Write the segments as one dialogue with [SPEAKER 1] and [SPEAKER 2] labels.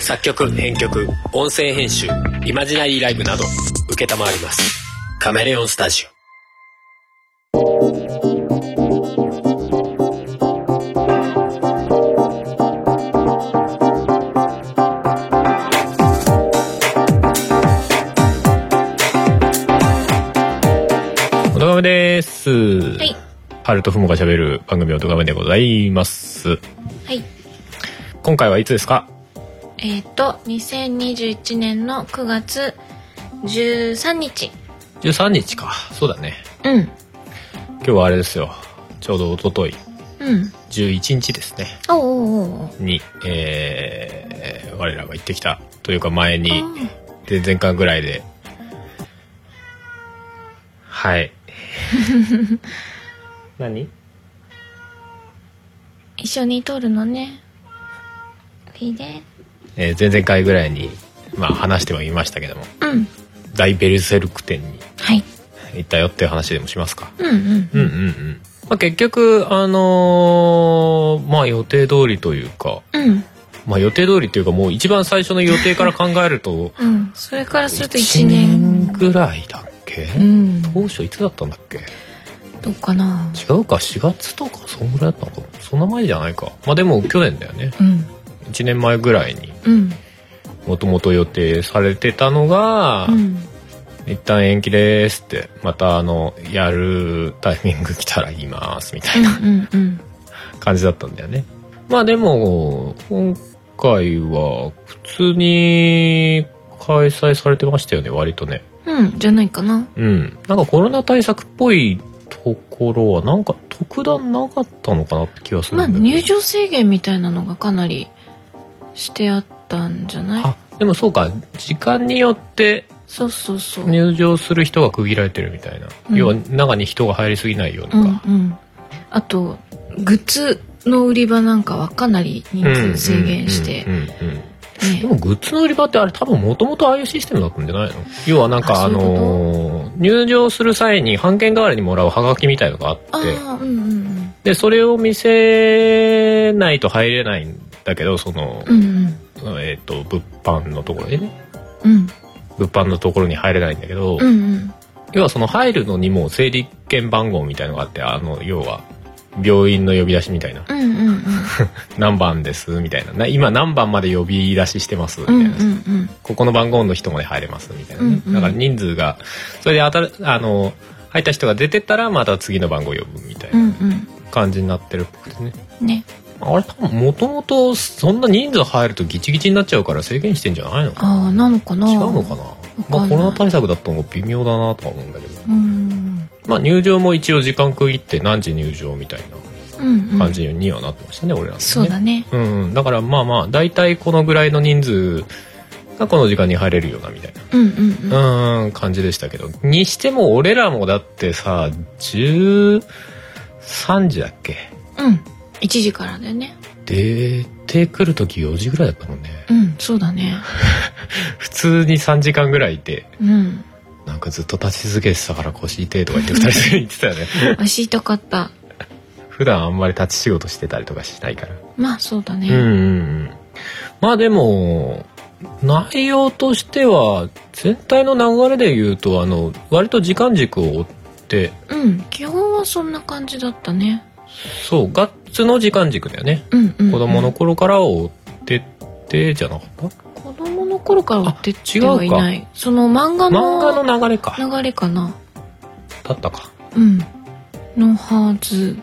[SPEAKER 1] 作曲、編曲、音声編集、イマジナリーライブなど、受けたまわります。カメレオンスタジオ。
[SPEAKER 2] おとがめです。はい。ハルとフモが喋る番組おとがめでございます。
[SPEAKER 3] はい。
[SPEAKER 2] 今回はいつですか
[SPEAKER 3] えっ、と、2021年の9月13日。
[SPEAKER 2] ?13 日か。そうだね。
[SPEAKER 3] うん。
[SPEAKER 2] 今日はあれですよ。ちょうど一昨日
[SPEAKER 3] うん。
[SPEAKER 2] 11日ですね。
[SPEAKER 3] おうおうおうおう。
[SPEAKER 2] に、えー、我らが行ってきた。というか前に
[SPEAKER 3] あ、
[SPEAKER 2] で、
[SPEAKER 3] ー
[SPEAKER 2] 前回ぐらいで。 はい。何
[SPEAKER 3] 一緒に撮るのね。いいね。
[SPEAKER 2] えー前々回ぐらいに、まあ話してはいましたけども、
[SPEAKER 3] うん。
[SPEAKER 2] 大ベルセルク店に
[SPEAKER 3] はい。
[SPEAKER 2] 行ったよっていう話でもしますか。
[SPEAKER 3] うんうん。
[SPEAKER 2] うんうんうん。まあ、結局、あのーまあ予定通りというか、
[SPEAKER 3] うん。
[SPEAKER 2] まあ予定通りというかもう一番最初の予定から考えると、
[SPEAKER 3] うん。それからすると1
[SPEAKER 2] 1
[SPEAKER 3] 年。
[SPEAKER 2] 年ぐらいだっけ
[SPEAKER 3] うん。
[SPEAKER 2] 当初いつだったんだっけ
[SPEAKER 3] どうかな。
[SPEAKER 2] 違うか、4月とか、そんぐらいだったのか。そんな前じゃないか。まあでも去年だよね。
[SPEAKER 3] うん。
[SPEAKER 2] 1年前ぐらいに、
[SPEAKER 3] うん。
[SPEAKER 2] もともと予定されてたのが、
[SPEAKER 3] うん。
[SPEAKER 2] 一旦延期ですって、またあの、やるタイミング来たら言います、みたいな。
[SPEAKER 3] うんうん。
[SPEAKER 2] 感じだったんだよね。まあでも、今回は普通に開催されてましたよね、割とね。
[SPEAKER 3] うん。じゃないかな。
[SPEAKER 2] うん。なんかコロナ対策っぽいところはなんか特段なかったのかなって気がするん
[SPEAKER 3] まあ
[SPEAKER 2] だけど。
[SPEAKER 3] 入場制限みたいなのがかなりしてあったんじゃない
[SPEAKER 2] あ、でもそうか、時間によって
[SPEAKER 3] そうそうそう。
[SPEAKER 2] 入場する人が区切られてるみたいな。
[SPEAKER 3] うん
[SPEAKER 2] 要は中に人が入りすぎないように
[SPEAKER 3] う
[SPEAKER 2] か。
[SPEAKER 3] んうん。あと、グッズの売り場なんかはかなり人数制限して
[SPEAKER 2] う。んうんうんうんうんで
[SPEAKER 3] ね。
[SPEAKER 2] もグッズの売り場ってあれ多分もともとああいうシステムだったんじゃないの要はなんか
[SPEAKER 3] あ
[SPEAKER 2] あ
[SPEAKER 3] そういうこと
[SPEAKER 2] のー入場する際に半券代わりにもらうハガキみたいのがあって
[SPEAKER 3] ああ、うんうん
[SPEAKER 2] でそれを見せないと入れないんだけどその、
[SPEAKER 3] うん。うん
[SPEAKER 2] えっ、と物販のところにね
[SPEAKER 3] うん。うん
[SPEAKER 2] 物販のところに入れないんだけど、
[SPEAKER 3] うんうん。
[SPEAKER 2] 要はその入るのにも整理券番号みたいのがあってあの要は病院の呼び出しみたいな
[SPEAKER 3] うんうんうん。
[SPEAKER 2] 何番ですみたいなな今何番まで呼び出ししてますみた
[SPEAKER 3] う
[SPEAKER 2] い
[SPEAKER 3] んう
[SPEAKER 2] な、
[SPEAKER 3] んうん。
[SPEAKER 2] ここの番号の人まで入れますみたいなね、
[SPEAKER 3] うんうん
[SPEAKER 2] だから人数がそれであたあの入った人が出てったらまた次の番号呼ぶみたいうなん感じになってるっぽくてね、
[SPEAKER 3] うん。ね。
[SPEAKER 2] あれ多分もともとそんな人数入るとギチギチになっちゃうから制限してんじゃないのか
[SPEAKER 3] ああ、なのかな
[SPEAKER 2] 違うのかな
[SPEAKER 3] わ
[SPEAKER 2] ま
[SPEAKER 3] か
[SPEAKER 2] あ、
[SPEAKER 3] ん
[SPEAKER 2] コ
[SPEAKER 3] ない
[SPEAKER 2] ロナ対策だったのが微妙だなとは思うんだけど、
[SPEAKER 3] うん。
[SPEAKER 2] まあ、入場も一応時間区切って何時入場みたい
[SPEAKER 3] うんう。
[SPEAKER 2] なん感じにはなってましたね、俺らのね
[SPEAKER 3] そうだね。
[SPEAKER 2] うんうん、だからまあまあ大体このぐらいの人数がこの時間に入れるようなみたいな
[SPEAKER 3] うんうんう
[SPEAKER 2] う
[SPEAKER 3] ん。
[SPEAKER 2] ーん、感じでしたけど。にしても、俺らもだってさ、13時だっけ
[SPEAKER 3] うん。1時からだよね。
[SPEAKER 2] 出てくる時4時ぐらいだったもんね。
[SPEAKER 3] うん、そうだね。
[SPEAKER 2] 普通に3時間ぐらいいて、
[SPEAKER 3] うん。
[SPEAKER 2] なんかずっと立ち続けてたから腰痛えとか言って2人で言ってたよね。
[SPEAKER 3] 足痛かった。
[SPEAKER 2] 普段あんまり立ち仕事してたりとかしないから。
[SPEAKER 3] まあ、そうだ
[SPEAKER 2] うんう
[SPEAKER 3] ね。
[SPEAKER 2] んうん。まあでも、内容としては、全体の流れで言うと、あの、割と時間軸を追って、
[SPEAKER 3] うん。基本はそんな感じだったね。
[SPEAKER 2] そう、ガッツの時間軸だよね。
[SPEAKER 3] うんうん。
[SPEAKER 2] 子供の頃から追ってってじゃなかった
[SPEAKER 3] 子供の頃から追ってって
[SPEAKER 2] あ違うか
[SPEAKER 3] はいないその漫画
[SPEAKER 2] 漫画
[SPEAKER 3] の
[SPEAKER 2] の流れか
[SPEAKER 3] 流れかな
[SPEAKER 2] だったか
[SPEAKER 3] うんのはず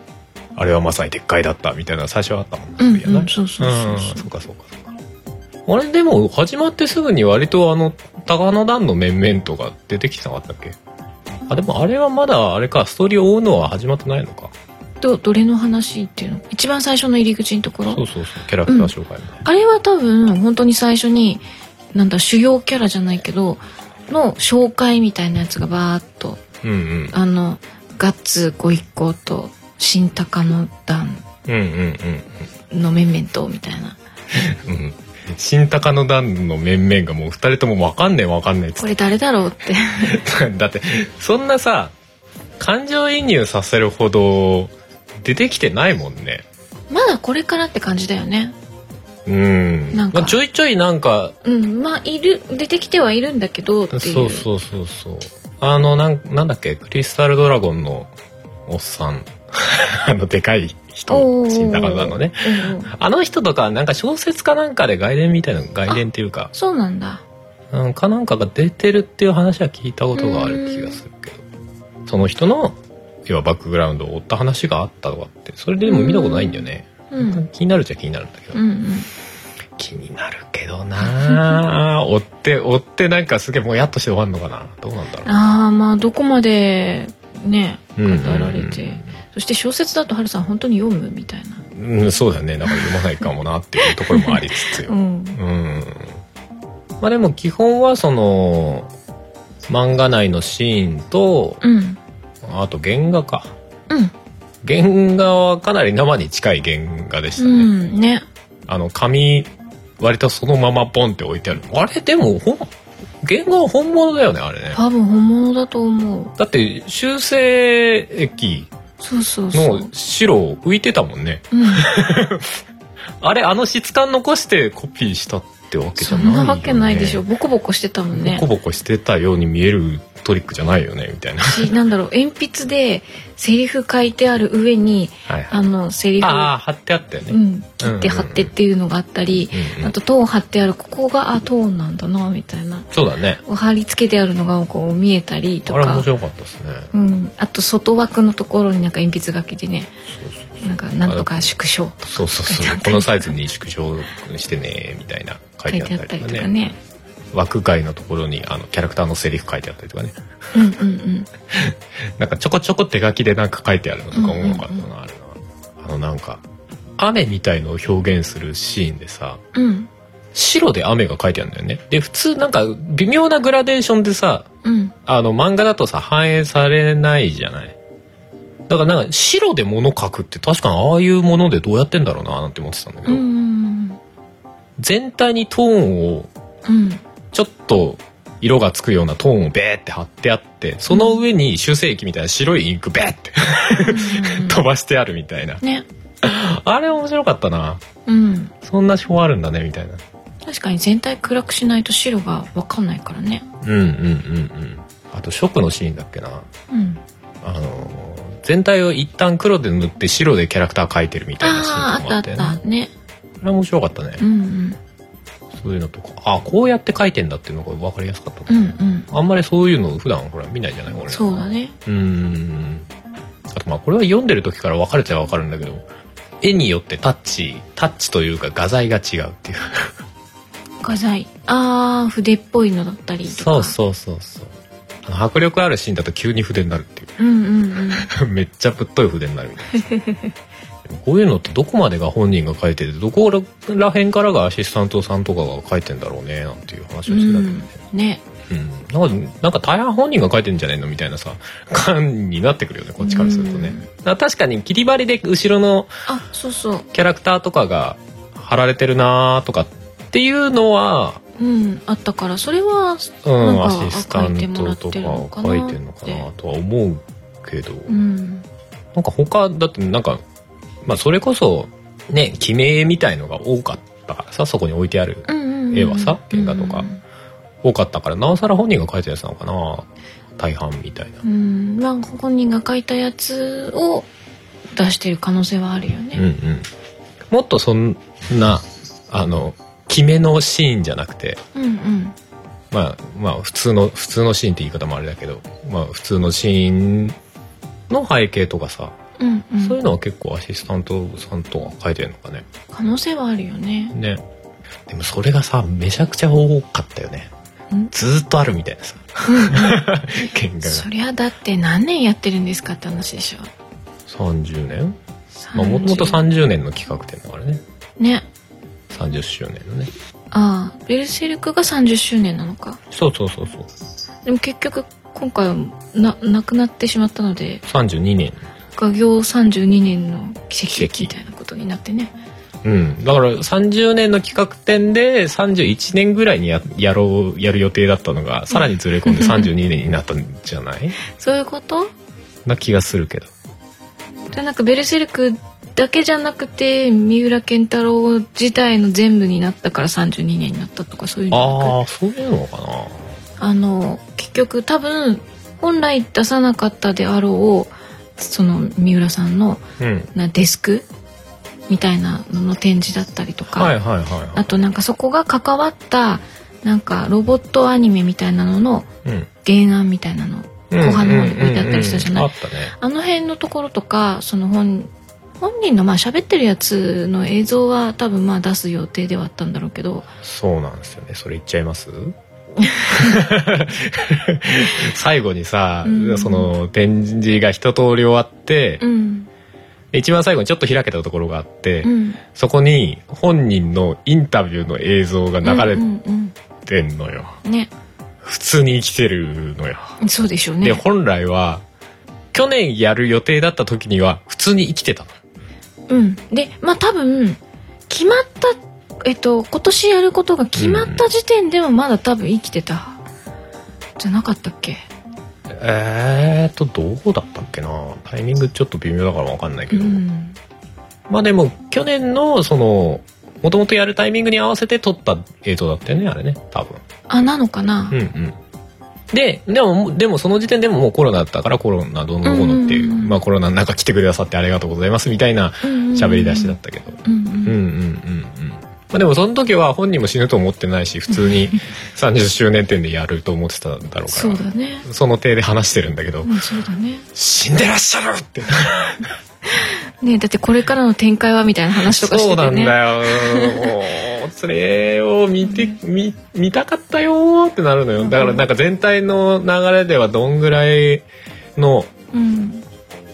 [SPEAKER 2] あれはまさにでっかいだったみたいな最初はあったもんな
[SPEAKER 3] うん
[SPEAKER 2] いやな
[SPEAKER 3] うんそうそうそう
[SPEAKER 2] うん
[SPEAKER 3] そ
[SPEAKER 2] そううかそうかそうかあれでも始まってすぐに割とあの高野団の面々とか出てきてなかったっけあでもあれはまだあれかストーリーを追うのは始まってないのか
[SPEAKER 3] どどれの話っていうの一番最初の入り口のとこ
[SPEAKER 2] そ
[SPEAKER 3] ろ
[SPEAKER 2] うそうそうキャラクター紹介みたいな、
[SPEAKER 3] あれは多分本当に最初になんだ主要キャラじゃないけどの紹介みたいなやつがバーっと
[SPEAKER 2] うん、うん
[SPEAKER 3] あのガッツご一行と新高野団
[SPEAKER 2] うんうんうん
[SPEAKER 3] の面々とみたいな
[SPEAKER 2] うんうん新高野団の面々がもう二人とも分かんねえ分かんねえっつって
[SPEAKER 3] これ誰だろうって
[SPEAKER 2] だってそんなさ感情移入させるほど出てきてないもんね
[SPEAKER 3] まだこれからって感じだよね
[SPEAKER 2] うん
[SPEAKER 3] なんか
[SPEAKER 2] まあ、ちょいちょいなんか
[SPEAKER 3] うんまあいる出てきてはいるんだけどっていう
[SPEAKER 2] そうそうそうそうあのなんなんだっけクリスタルドラゴンのおっさん あのでかい
[SPEAKER 3] お
[SPEAKER 2] 人
[SPEAKER 3] ー
[SPEAKER 2] 死んだ方なのね
[SPEAKER 3] うんうん
[SPEAKER 2] あの人とかなんか小説かなんかで外伝みたいな外伝っていうか
[SPEAKER 3] そうなんだ
[SPEAKER 2] なんかなんかが出てるっていう話は聞いたことがある気がするけどその人の要はバックグラウンドを追った話があったとかってそれでも見たことないんだよね、
[SPEAKER 3] うんうん
[SPEAKER 2] 気になるっちゃ気になるんだけど、
[SPEAKER 3] うん
[SPEAKER 2] 気になるけどなぁ追って追ってなんかすげえもやっとして終わんのかなどうなんだろう
[SPEAKER 3] ああまあどこまでね語
[SPEAKER 2] うん
[SPEAKER 3] られて、そして小説だとハルさん本当に読むみたいな
[SPEAKER 2] うん、そうだねだから読まないかもなっていうところもありつつよ、
[SPEAKER 3] ん
[SPEAKER 2] うんまあでも基本はその漫画内のシーンと
[SPEAKER 3] うん
[SPEAKER 2] あと原画か
[SPEAKER 3] うん
[SPEAKER 2] 原画はかなり生に近い原画でした
[SPEAKER 3] う
[SPEAKER 2] ね、
[SPEAKER 3] んね
[SPEAKER 2] あの紙割とそのままポンって置いてあるあれでもほん原画は本物だよねあれね
[SPEAKER 3] 多分本物だと思う
[SPEAKER 2] だって修正液
[SPEAKER 3] そうそうそう
[SPEAKER 2] の白浮いてたもんね
[SPEAKER 3] うん、
[SPEAKER 2] あれあの質感残してコピーしたってわけじ
[SPEAKER 3] そ
[SPEAKER 2] ゃない
[SPEAKER 3] ん
[SPEAKER 2] よ、ね、
[SPEAKER 3] なわけないでしょボコボコしてたもんね
[SPEAKER 2] ボコボコしてたように見えるトリックじゃないよねみたいな
[SPEAKER 3] しなんだろう鉛筆でセリフ書いてある上に
[SPEAKER 2] はいはい
[SPEAKER 3] あのセリフ、
[SPEAKER 2] ああ貼ってあったよね、
[SPEAKER 3] う
[SPEAKER 2] うん
[SPEAKER 3] ん、切って貼ってっていうのがあったり、
[SPEAKER 2] うん
[SPEAKER 3] あとトーン貼ってあるここがあトーンなんだなみたいな
[SPEAKER 2] そうだね
[SPEAKER 3] 貼り付けてあるのがこう見えたりと
[SPEAKER 2] あれ面
[SPEAKER 3] か
[SPEAKER 2] 白かったですね
[SPEAKER 3] うん、あと外枠のところになんか鉛筆書きでねなんかなんとか縮小と
[SPEAKER 2] そうそう
[SPEAKER 3] 書いて
[SPEAKER 2] そ
[SPEAKER 3] あ
[SPEAKER 2] う
[SPEAKER 3] った
[SPEAKER 2] このサイズに縮小してねみたいな書
[SPEAKER 3] 書い
[SPEAKER 2] い
[SPEAKER 3] て
[SPEAKER 2] て
[SPEAKER 3] あ
[SPEAKER 2] あ
[SPEAKER 3] っ
[SPEAKER 2] ったた
[SPEAKER 3] り
[SPEAKER 2] り
[SPEAKER 3] と
[SPEAKER 2] と
[SPEAKER 3] か
[SPEAKER 2] か
[SPEAKER 3] ね
[SPEAKER 2] ね枠外のところにあのキャラクターのセリフ書いてあったりとかね
[SPEAKER 3] うんうんうん
[SPEAKER 2] なんかちょこちょこ手書きでなんか書いてあるのとか思うのかったな、あれなあのなんか雨みたいのを表現するシーンでさ
[SPEAKER 3] うん
[SPEAKER 2] 白で雨が書いてあるんだよねで普通なんか微妙なグラデーションでさ
[SPEAKER 3] うん
[SPEAKER 2] あの漫画だとさ反映されないじゃないだからなんか白で物書くって確かにああいうものでどうやってんだろうななんて思ってたんだけ
[SPEAKER 3] う
[SPEAKER 2] ど、
[SPEAKER 3] ん
[SPEAKER 2] 全体にトーンを
[SPEAKER 3] うん
[SPEAKER 2] ちょっと色がつくようなトーンをベーって貼ってあってその上に修正液みたいな白いインクベーって 飛ばしてあるみたいな
[SPEAKER 3] ね
[SPEAKER 2] あれ面白かったな
[SPEAKER 3] うん
[SPEAKER 2] そんな手法あるんだねみたいな
[SPEAKER 3] 確かに全体暗くしないと白が分かんないからね
[SPEAKER 2] うんうんうんうんあとショックのシーンだっけな
[SPEAKER 3] うん
[SPEAKER 2] あのー全体を一旦黒で塗って白でキャラクター描いてるみたいなシーン
[SPEAKER 3] あ
[SPEAKER 2] とか
[SPEAKER 3] あー
[SPEAKER 2] もあ
[SPEAKER 3] あ
[SPEAKER 2] っ
[SPEAKER 3] ったた
[SPEAKER 2] よ
[SPEAKER 3] あ
[SPEAKER 2] ね
[SPEAKER 3] ったね
[SPEAKER 2] あれ面白かったね
[SPEAKER 3] うんうん
[SPEAKER 2] そういうのとかあこうやって描いてんだっていうのが分かりやすかった
[SPEAKER 3] う
[SPEAKER 2] ね、
[SPEAKER 3] んうん
[SPEAKER 2] あんまりそういうの普段ほら見ないじゃない俺ら
[SPEAKER 3] そうだね
[SPEAKER 2] うーんあとまあこれは読んでる時から分かれちゃ分かるんだけど絵によってタッチタッチというか画材が違うっていう
[SPEAKER 3] 画材ああ筆っぽいのだったりと
[SPEAKER 2] そ
[SPEAKER 3] か
[SPEAKER 2] うそうそうそうあの迫力あるシーンだと急に筆になるっていう
[SPEAKER 3] ううんうんう ん
[SPEAKER 2] めっちゃぶっとい筆になるみたい なこういうのってどこまでが本人が書いててどこら辺からがアシスタントさんとかが書いてんだろうねなんていう話をしてたけどね、
[SPEAKER 3] うんね
[SPEAKER 2] うんなんかなんか大半本人が書いてんじゃないのみたいなさ感になってくるよねこっちからするとね
[SPEAKER 3] うん
[SPEAKER 2] だから確かに切り張りで後ろの
[SPEAKER 3] あそうそう
[SPEAKER 2] キャラクターとかが貼られてるなーとかっていうのは、
[SPEAKER 3] うんあったからそれは
[SPEAKER 2] う
[SPEAKER 3] なん
[SPEAKER 2] ん、
[SPEAKER 3] か
[SPEAKER 2] アシスタント
[SPEAKER 3] 書い
[SPEAKER 2] と
[SPEAKER 3] て
[SPEAKER 2] か
[SPEAKER 3] も
[SPEAKER 2] を
[SPEAKER 3] らってるのかな
[SPEAKER 2] 書いてんのかなとは思うけど、
[SPEAKER 3] うん
[SPEAKER 2] なんか他だってなんか、まあ、それこそね記名みたいのが多かったからさそこに置いてある
[SPEAKER 3] うんうんうん
[SPEAKER 2] 絵はさ原画とか多かったからなおさら本人が書いたやつなのかな大半みたいな。
[SPEAKER 3] うんうん、うんまあ本人が描いたやつを出してる可能性はあるよ
[SPEAKER 2] うんう
[SPEAKER 3] ね、
[SPEAKER 2] ん、もっとそんなあの決めのシーンじゃなくて
[SPEAKER 3] うん、うん
[SPEAKER 2] まあまあ普通の普通のシーンって言い方もあれだけど、まあ、普通のシーンの背景とかさ、
[SPEAKER 3] うんうん
[SPEAKER 2] そういうのは結構アシスタントさんとか書いてるのかね
[SPEAKER 3] 可能性はあるよね
[SPEAKER 2] ねでもそれがさめちゃくちゃ多かったよね
[SPEAKER 3] ん
[SPEAKER 2] ずーっとあるみたいなさ 喧嘩
[SPEAKER 3] そりゃだって何年やってるんですかって話でしょ
[SPEAKER 2] が30年
[SPEAKER 3] 30
[SPEAKER 2] まあもともと30年の企画展だからね
[SPEAKER 3] ね
[SPEAKER 2] 30周年のね
[SPEAKER 3] ああベルセルクが30周年なのか
[SPEAKER 2] そうそうそうそう
[SPEAKER 3] でも結局今回はななくなってしまったので
[SPEAKER 2] 32年
[SPEAKER 3] 画業32年の奇
[SPEAKER 2] 奇
[SPEAKER 3] 跡
[SPEAKER 2] 跡
[SPEAKER 3] みたいなことになってね
[SPEAKER 2] うん、だから30年の企画展で31年ぐらいにややろうやる予定だったのがさらにずれ込んで32年になったんじゃない
[SPEAKER 3] そういうこと
[SPEAKER 2] な気がするけど
[SPEAKER 3] じゃあなんかベルセルクだけじゃなくて三浦健太郎自体の全部になったから32年になったとかそういうのなく
[SPEAKER 2] ああそういうのかな
[SPEAKER 3] あの結局多分本来出さなかったであろうその三浦さんの
[SPEAKER 2] うん
[SPEAKER 3] なデスクみたいなのの展示だったりとか、
[SPEAKER 2] はいはいはいは
[SPEAKER 3] あとなんかそこが関わったなんかロボットアニメみたいなのの
[SPEAKER 2] いうん
[SPEAKER 3] 原案みたいなの後半の方に置いてあったりしたじゃない
[SPEAKER 2] うんうんうんうんあったね
[SPEAKER 3] あの辺のところとかその本本人のまあ喋ってるやつの映像は多分まあ出す予定ではあったんだろうけど
[SPEAKER 2] そうなんですよねそれ言っちゃいます 最後にさ、
[SPEAKER 3] うん
[SPEAKER 2] その展示が一通り終わって、
[SPEAKER 3] うん
[SPEAKER 2] 一番最後にちょっと開けたところがあって、
[SPEAKER 3] うん
[SPEAKER 2] そこに本人のインタビューの映像が流
[SPEAKER 3] う
[SPEAKER 2] れ
[SPEAKER 3] んうん
[SPEAKER 2] てんのよ、
[SPEAKER 3] うんね
[SPEAKER 2] 普通に生きてるのよ、
[SPEAKER 3] そうでしょう
[SPEAKER 2] で
[SPEAKER 3] ね
[SPEAKER 2] 本来は去年やる予定だった時には普通に生きてたの
[SPEAKER 3] うんでまあ多分決まったえっと今年やることが決まった時点でもまだ多分生きてたじゃなかったっけ
[SPEAKER 2] えーっとどうだったっけなタイミングちょっと微妙だから分かんないけ
[SPEAKER 3] う
[SPEAKER 2] ど、
[SPEAKER 3] ん
[SPEAKER 2] まあでも去年のそのもともとやるタイミングに合わせて撮った映像だったよねあれね多分
[SPEAKER 3] あなのかな
[SPEAKER 2] うんうんででもでもその時点でももうコロナだったからコロナどうのこうのっていう、
[SPEAKER 3] うんうんうん
[SPEAKER 2] まあコロナの中来てくださってありがとうございますみたいな喋
[SPEAKER 3] 喋
[SPEAKER 2] り出しだったけど、
[SPEAKER 3] うんう
[SPEAKER 2] うんうん
[SPEAKER 3] ん
[SPEAKER 2] うんうんまあでもその時は本人も死ぬと思ってないし普通 に30周年展でやると思ってたんだろうから
[SPEAKER 3] そうだね
[SPEAKER 2] その手で話してるんだけど、
[SPEAKER 3] うんそうだね
[SPEAKER 2] 死んでらっしゃるって
[SPEAKER 3] ねだってこれからの展開はみたいな話とかしててね
[SPEAKER 2] そうなんだよ。もうそれを見て、見、見たかったよーってなるのよ。だからなんか全体の流れではどんぐらいの、
[SPEAKER 3] うん、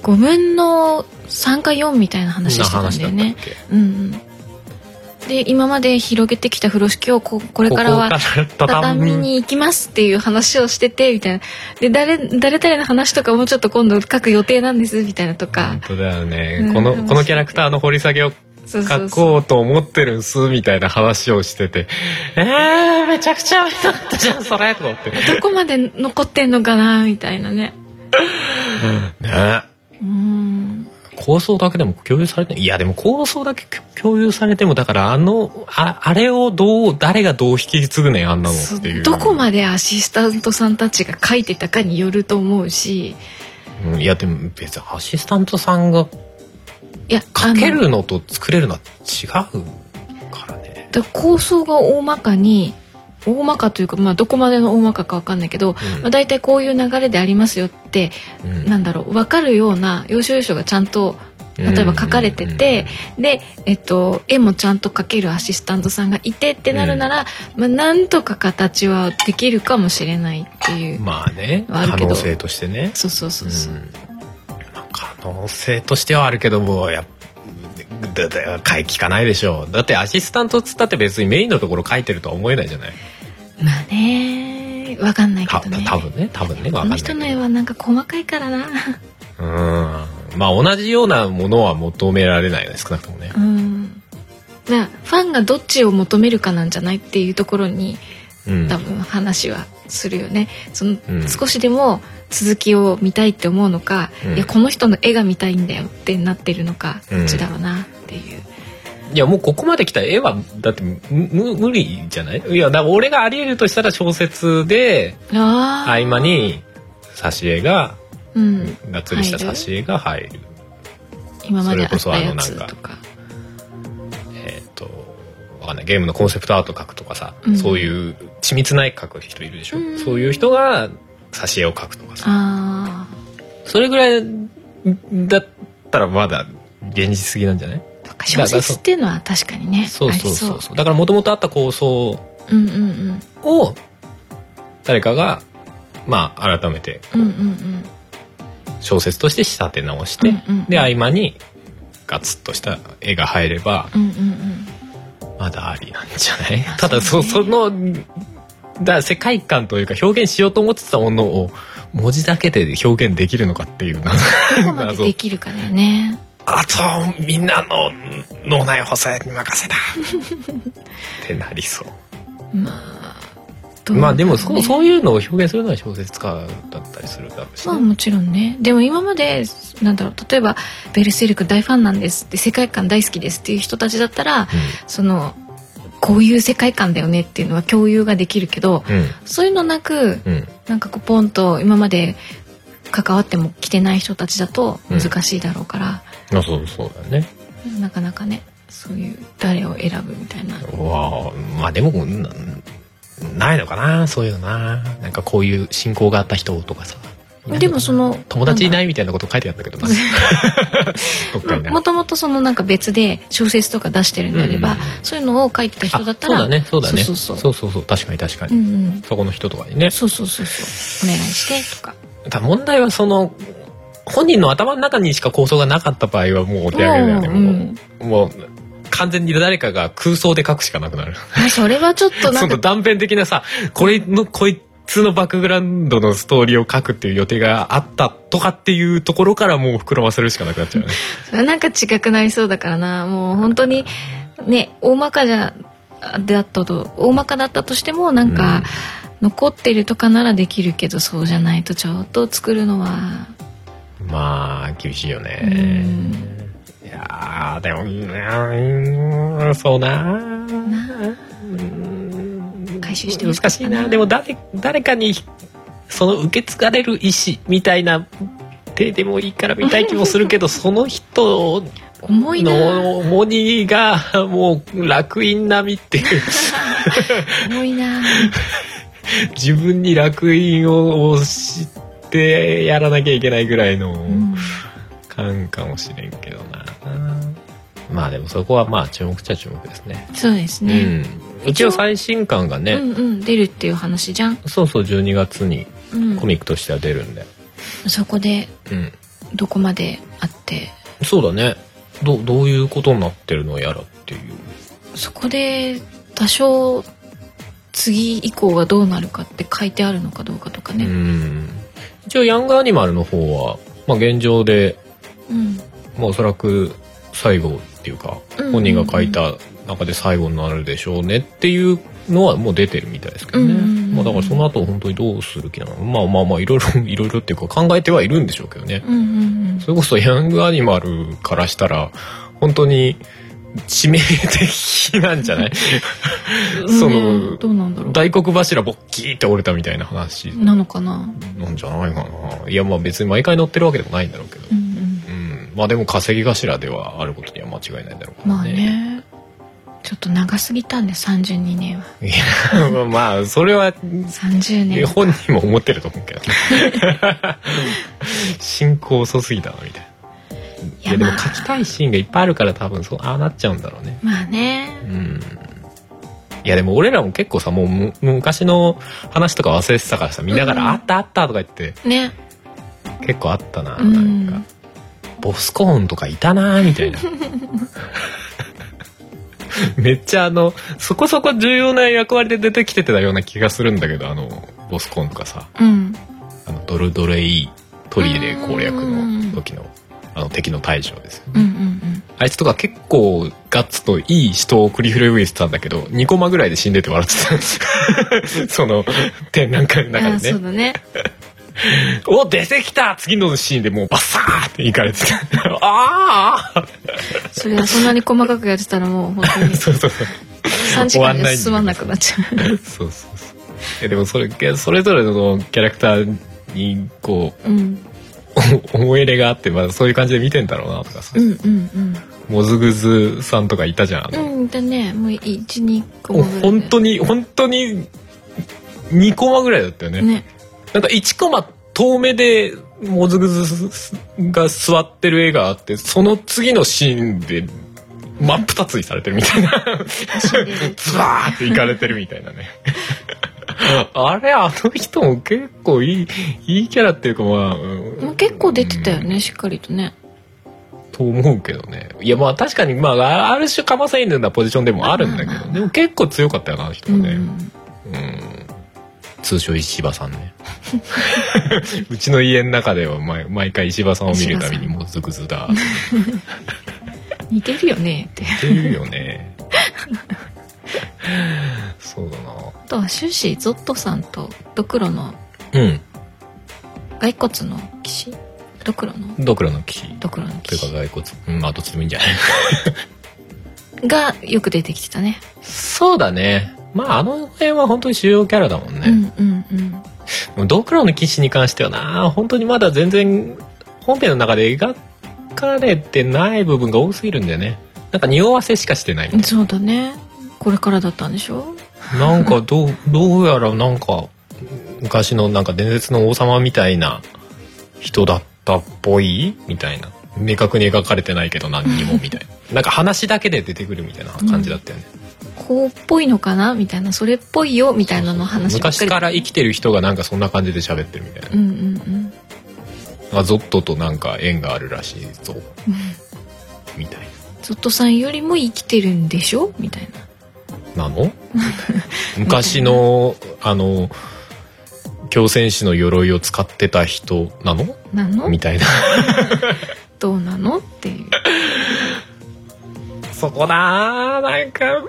[SPEAKER 3] 5分の3か4みたいな話
[SPEAKER 2] な
[SPEAKER 3] してたん
[SPEAKER 2] 話
[SPEAKER 3] だ
[SPEAKER 2] だ
[SPEAKER 3] よ
[SPEAKER 2] ったっ
[SPEAKER 3] ね。
[SPEAKER 2] け
[SPEAKER 3] うんうん、で今まで広げてきた風呂敷をここれからは
[SPEAKER 2] ここから
[SPEAKER 3] 畳に行きますっていう話をしててみたいなで誰誰々の話とかもうちょっと今度書く予定なんですみたいなと
[SPEAKER 2] 本
[SPEAKER 3] か、
[SPEAKER 2] 当だよね、
[SPEAKER 3] うん
[SPEAKER 2] この
[SPEAKER 3] 面白い
[SPEAKER 2] このキャラクターの掘り下げを
[SPEAKER 3] そうそ
[SPEAKER 2] 書
[SPEAKER 3] うそう
[SPEAKER 2] こうと思ってるんすみたいな話をしてて「えー、めちゃくちゃ面白かったじゃんそれ」と思ってね
[SPEAKER 3] どこまで残ってんのかなみたいなね。うん
[SPEAKER 2] 構想だけでも共有されていやでも構想だけ共有されてもだからあのああれをどう誰がどう引き継ぐねんあんなのっていう
[SPEAKER 3] どこまでアシスタントさんたちが書いてたかによると思うし
[SPEAKER 2] うんいやでも別にアシスタントさんが
[SPEAKER 3] いや
[SPEAKER 2] 書け
[SPEAKER 3] あの
[SPEAKER 2] るのと作れるのは違うからね
[SPEAKER 3] だから構想が大まかに大まかというか、まあ、どこまでの大まかかわかんないけど、
[SPEAKER 2] うん
[SPEAKER 3] まあ、大体こういう流れでありますよって
[SPEAKER 2] うん
[SPEAKER 3] なんだろう分かるような要所要所がちゃんと例えば書かれてて、で、えっと、絵もちゃんと描けるアシスタントさんがいてってなるなら、まあ、なんとか形はできるかもしれないっていう、
[SPEAKER 2] まあね
[SPEAKER 3] はあ
[SPEAKER 2] 可
[SPEAKER 3] るけど
[SPEAKER 2] 能性としてね
[SPEAKER 3] そうそうそうそう、
[SPEAKER 2] んまあ可能性としてはあるけどもやっだだ買い聞かないでしょうだってアシスタントっつったって別にメインのところ書いてるとは思えないじゃない
[SPEAKER 3] まあね分かんないけ
[SPEAKER 2] た
[SPEAKER 3] どね
[SPEAKER 2] 多分ね多分ねわかん
[SPEAKER 3] この
[SPEAKER 2] ないけ
[SPEAKER 3] 人
[SPEAKER 2] ど
[SPEAKER 3] の絵はなんか細かいからな
[SPEAKER 2] うんまあ同じようなものは求められないよね少なくともね
[SPEAKER 3] うんだからファンがどっちを求めるかなんじゃないっていうところに
[SPEAKER 2] うん
[SPEAKER 3] 多分話はするよね、その
[SPEAKER 2] うん
[SPEAKER 3] 少しでも続きを見たいって思うのか、
[SPEAKER 2] うん
[SPEAKER 3] いやこの人の絵が見たいんだよってなってるのか、
[SPEAKER 2] うん
[SPEAKER 3] どっちだろうなっていう
[SPEAKER 2] いやもうここまで来たら絵はだってむむ無理じゃないいやだから俺があり得るとしたら小説で
[SPEAKER 3] あー
[SPEAKER 2] 合間に挿絵が
[SPEAKER 3] うん、
[SPEAKER 2] がっつりした挿絵が入る
[SPEAKER 3] 今まであっ
[SPEAKER 2] それこそあ
[SPEAKER 3] た
[SPEAKER 2] の
[SPEAKER 3] や
[SPEAKER 2] なん
[SPEAKER 3] つ
[SPEAKER 2] か
[SPEAKER 3] とか
[SPEAKER 2] えっ、とわかんないゲームのコンセプトアート描くとかさ、
[SPEAKER 3] うん
[SPEAKER 2] そういう緻密な絵描く人いるでしょ、
[SPEAKER 3] うん
[SPEAKER 2] そういう人が挿絵を描くとかさ
[SPEAKER 3] あ
[SPEAKER 2] それぐらいだったらまだ現実的なんじゃない
[SPEAKER 3] あとか小説っていうのは確かにね
[SPEAKER 2] そうそう
[SPEAKER 3] あ
[SPEAKER 2] そう
[SPEAKER 3] りそ
[SPEAKER 2] そうだからもともとあった構想
[SPEAKER 3] ううんうんうん
[SPEAKER 2] を誰かがまあ改めて
[SPEAKER 3] うんうんうん
[SPEAKER 2] 小説として仕立て直して、
[SPEAKER 3] うんうんうん
[SPEAKER 2] で合間にガツッとした絵が入れば
[SPEAKER 3] うんうん うん
[SPEAKER 2] まだありなんじゃない
[SPEAKER 3] あ
[SPEAKER 2] ただ
[SPEAKER 3] そ
[SPEAKER 2] そう
[SPEAKER 3] ね
[SPEAKER 2] そのだ世界観というか表現しようと思ってたものを文字だけで表現できるのかっていうな
[SPEAKER 3] どこまでできるかだよね
[SPEAKER 2] あとはみんなの脳 内補正に任せたってなりそう
[SPEAKER 3] まあどう
[SPEAKER 2] まあでも
[SPEAKER 3] なんだ
[SPEAKER 2] そ
[SPEAKER 3] ろ
[SPEAKER 2] う,、
[SPEAKER 3] ね
[SPEAKER 2] そういうのを表現するのは小説家だったりするだろうし
[SPEAKER 3] まあ
[SPEAKER 2] ね、
[SPEAKER 3] もちろんねでも今までなんだろう例えば「ベルセルク大ファンなんです」って世界観大好きですっていう人たちだったらそのこういう世界観だよねっていうのは共有ができるけど
[SPEAKER 2] うん
[SPEAKER 3] そういうのなく
[SPEAKER 2] うんうん
[SPEAKER 3] なんかこうポンと今まで関わっても来てない人たちだと難しいだろうから、
[SPEAKER 2] まあそうそうだね
[SPEAKER 3] なかなかねそういう誰を選ぶみたいな
[SPEAKER 2] うわあまあでもなないのかなそういうのななんかこういう親交があった人とかさ
[SPEAKER 3] でもその
[SPEAKER 2] 友達い
[SPEAKER 3] い
[SPEAKER 2] ないみたいなこと書いてあったけどなどっかにね
[SPEAKER 3] もともとそのなんか別で小説とか出してるんであれ
[SPEAKER 2] う
[SPEAKER 3] ば、
[SPEAKER 2] んうんうん
[SPEAKER 3] そういうのを書いてた人だったら
[SPEAKER 2] あそうだねそうだね
[SPEAKER 3] そうそう
[SPEAKER 2] そ
[SPEAKER 3] そう
[SPEAKER 2] そうそう確かに確か
[SPEAKER 3] う
[SPEAKER 2] に、
[SPEAKER 3] んうん
[SPEAKER 2] そこの人とかにね
[SPEAKER 3] そうそうそうそうお願いしてとか
[SPEAKER 2] ただ問題はその本人の頭の中にしか構想がなかった場合はもうお手上げだよね
[SPEAKER 3] もう
[SPEAKER 2] もう,、もう完全に誰かが空想で書くしかなくなる
[SPEAKER 3] あそれはちょっとな
[SPEAKER 2] そ
[SPEAKER 3] ん
[SPEAKER 2] の
[SPEAKER 3] か
[SPEAKER 2] 断片的なさこれのこいつのバックグラウンドのストーリーを書くっていう予定があったとかっていうところからもう膨らませるしかなくなっちゃうね
[SPEAKER 3] なんか違くなりそうだからなもう本当にね大まかじゃだったと大まかだったとしてもなんか、残ってるとかならできるけどそうじゃないとちょっと作るのは
[SPEAKER 2] まあ厳しいよね、いやーでもうーんそうなーうーん
[SPEAKER 3] 回収してほし
[SPEAKER 2] 難
[SPEAKER 3] かった
[SPEAKER 2] し
[SPEAKER 3] ない
[SPEAKER 2] なでも誰誰かにその受け継がれる意思みたいな手でもいいから見たい気もする けどその人
[SPEAKER 3] 重いな
[SPEAKER 2] の重荷がもう楽印並み っていう
[SPEAKER 3] 重いな
[SPEAKER 2] 自分に楽印を押してやらなきゃいけないぐらいの。
[SPEAKER 3] うん
[SPEAKER 2] 感かもしれんけどなまあでもそこはまあ注目っちゃ注目ですね
[SPEAKER 3] そうですね、
[SPEAKER 2] うん、一応最新刊が
[SPEAKER 3] う
[SPEAKER 2] ね、
[SPEAKER 3] ん、うん出るっていう話じゃん、
[SPEAKER 2] そうそう12月に
[SPEAKER 3] うん
[SPEAKER 2] コ、ミックとしては出るんで
[SPEAKER 3] そこで
[SPEAKER 2] うん
[SPEAKER 3] どこまであって
[SPEAKER 2] そうだねどどういうことになってるのやらっていう
[SPEAKER 3] そこで多少次以降がどうなるかって書いてあるのかどうかとか
[SPEAKER 2] う
[SPEAKER 3] ね、
[SPEAKER 2] ん一応ヤングアニマルの方は、まあ、現状で、
[SPEAKER 3] うん
[SPEAKER 2] まあ、おそらく最後っていうか
[SPEAKER 3] うんうんうん
[SPEAKER 2] 本人が書いた中で最後になるでしょうねっていうのはもう出てるみたいですけどね、
[SPEAKER 3] うんうんうん
[SPEAKER 2] まあ、だからその後本当にどうする気なのまあまあまあいろいろいろいろっていうか考えてはいるんでしょうけどね
[SPEAKER 3] うんうん
[SPEAKER 2] それこそヤングアニマルからしたら本当に致命的なんじゃない
[SPEAKER 3] うん
[SPEAKER 2] そ
[SPEAKER 3] ね
[SPEAKER 2] の
[SPEAKER 3] どうなんだろ
[SPEAKER 2] 大黒柱ボッキーって折れたみたいな話
[SPEAKER 3] うなのかな
[SPEAKER 2] なんじゃないかないやまあ別に毎回乗ってるわけでもないんだろうけど
[SPEAKER 3] う、ん
[SPEAKER 2] うん、まあでも稼ぎ頭ではあることには間違いないんだろう
[SPEAKER 3] うん
[SPEAKER 2] から
[SPEAKER 3] まあねちょっと長すぎたんで32年はい
[SPEAKER 2] や、まあ、それは、
[SPEAKER 3] 30年
[SPEAKER 2] 本人も思ってると思うけどね。進行遅すぎたな、みたいな。いや、でも
[SPEAKER 3] まあ
[SPEAKER 2] 書きたいシーンがいっぱいあるから多分、そう、ああなっちゃうんだろうね。
[SPEAKER 3] まあね
[SPEAKER 2] うん。いや、でも俺らも結構さ、もうむ昔の話とか忘れてたからさ、見ながら、
[SPEAKER 3] うん
[SPEAKER 2] あったあったとか言って、
[SPEAKER 3] ね
[SPEAKER 2] 結構あったな、
[SPEAKER 3] うん
[SPEAKER 2] なんか。ボスコーンとかいたな、みたいな。 めっちゃあの、そこそこ重要な役割で出てきてたような気がするんだけど、あの、ボスコーンとかさ、
[SPEAKER 3] うん
[SPEAKER 2] あの、ドルドレイ、トリエレ攻略
[SPEAKER 3] うん
[SPEAKER 2] の時の、あの敵の大将ですよね
[SPEAKER 3] うんうんうん
[SPEAKER 2] あいつとか結構ガッツといい人を繰り広げてたんだけど、2コマぐらいで死んでて笑ってたんです。 その、展覧会の
[SPEAKER 3] あ
[SPEAKER 2] 中
[SPEAKER 3] あ
[SPEAKER 2] で
[SPEAKER 3] そ
[SPEAKER 2] ね。
[SPEAKER 3] うだね
[SPEAKER 2] お、出てきた次のシーンでもうバッサーって行かれて た。あーあ
[SPEAKER 3] それはそんなに細かくやってたらもう本 当に
[SPEAKER 2] ーそうそうそう。
[SPEAKER 3] 3時間じゃ進まなくなっちゃ
[SPEAKER 2] そうそうそう。えでもそれ、それぞれのキャラクターに、こ
[SPEAKER 3] ううん
[SPEAKER 2] う、思い入れがあって、まあそういう感じで見てんだろうなとかさ
[SPEAKER 3] う。んうんうん
[SPEAKER 2] モズグズさんとかいたじゃん。あの
[SPEAKER 3] うんでねもう12個
[SPEAKER 2] もう
[SPEAKER 3] もぐらいで
[SPEAKER 2] 本当に本当に2コマぐらいだったよね
[SPEAKER 3] ね
[SPEAKER 2] なんか1コマ遠目でモズグズが座ってる絵があってその次のシーンで真っ二つにされてるみたいな
[SPEAKER 3] 足で
[SPEAKER 2] ズワーっていかれてるみたいなねあれあの人も結構いいいいキャラっていうかまあ、うん
[SPEAKER 3] もう結構出てたよねしっかりとね
[SPEAKER 2] と思うけどねいやまあ確かにまあある種かませ犬なポジションでもあるんだけ
[SPEAKER 3] まあまあま
[SPEAKER 2] ど
[SPEAKER 3] あ
[SPEAKER 2] でも結構強かったよなあの人
[SPEAKER 3] う
[SPEAKER 2] も
[SPEAKER 3] ん
[SPEAKER 2] ね、うん通称石破さんね うちの家の中では毎毎回石破さんを見るたびにもうズクズだっ
[SPEAKER 3] 似てるよねって
[SPEAKER 2] ていうよねそそうだな
[SPEAKER 3] あとは終始ゾットさんとドクロの
[SPEAKER 2] うん
[SPEAKER 3] 骸骨の騎士ドクロの
[SPEAKER 2] ドクロの騎士
[SPEAKER 3] ドクロの
[SPEAKER 2] と
[SPEAKER 3] 騎
[SPEAKER 2] いうか
[SPEAKER 3] 士
[SPEAKER 2] 骸骨うんまあどっちでもいいんじゃない
[SPEAKER 3] がよく出てきてたね
[SPEAKER 2] そうだねまああの辺は本当に主要キャラだもんね、
[SPEAKER 3] うんうんうん
[SPEAKER 2] もうドクロの騎士に関してはな本当にまだ全然本編の中で描かれてない部分が多すぎるんだよねなんか匂わせしかしてないみたいな
[SPEAKER 3] そうだねこれからだったんでしょ
[SPEAKER 2] なんかどうどうやらなんか昔のなんか伝説の王様みたいな人だったっぽいみたいな明確に描かれてないけど何にもみたいな なんか話だけで出てくるみたいな感じだったよね、
[SPEAKER 3] こうっぽいのかなみたいなそれっぽいよみたいなの話ばっか
[SPEAKER 2] 昔
[SPEAKER 3] り
[SPEAKER 2] から生きてる人がなんかそんな感じで喋ってるみたいな、
[SPEAKER 3] うんうんうん
[SPEAKER 2] あゾットとなんか縁があるらしいぞみたい
[SPEAKER 3] ゾットさんよりも生きてるんでしょみたい
[SPEAKER 2] な
[SPEAKER 3] な
[SPEAKER 2] な の昔のあの狂戦士の鎧を使ってた人なの
[SPEAKER 3] なの
[SPEAKER 2] みたいな
[SPEAKER 3] どうなのっていう
[SPEAKER 2] そこなあなんか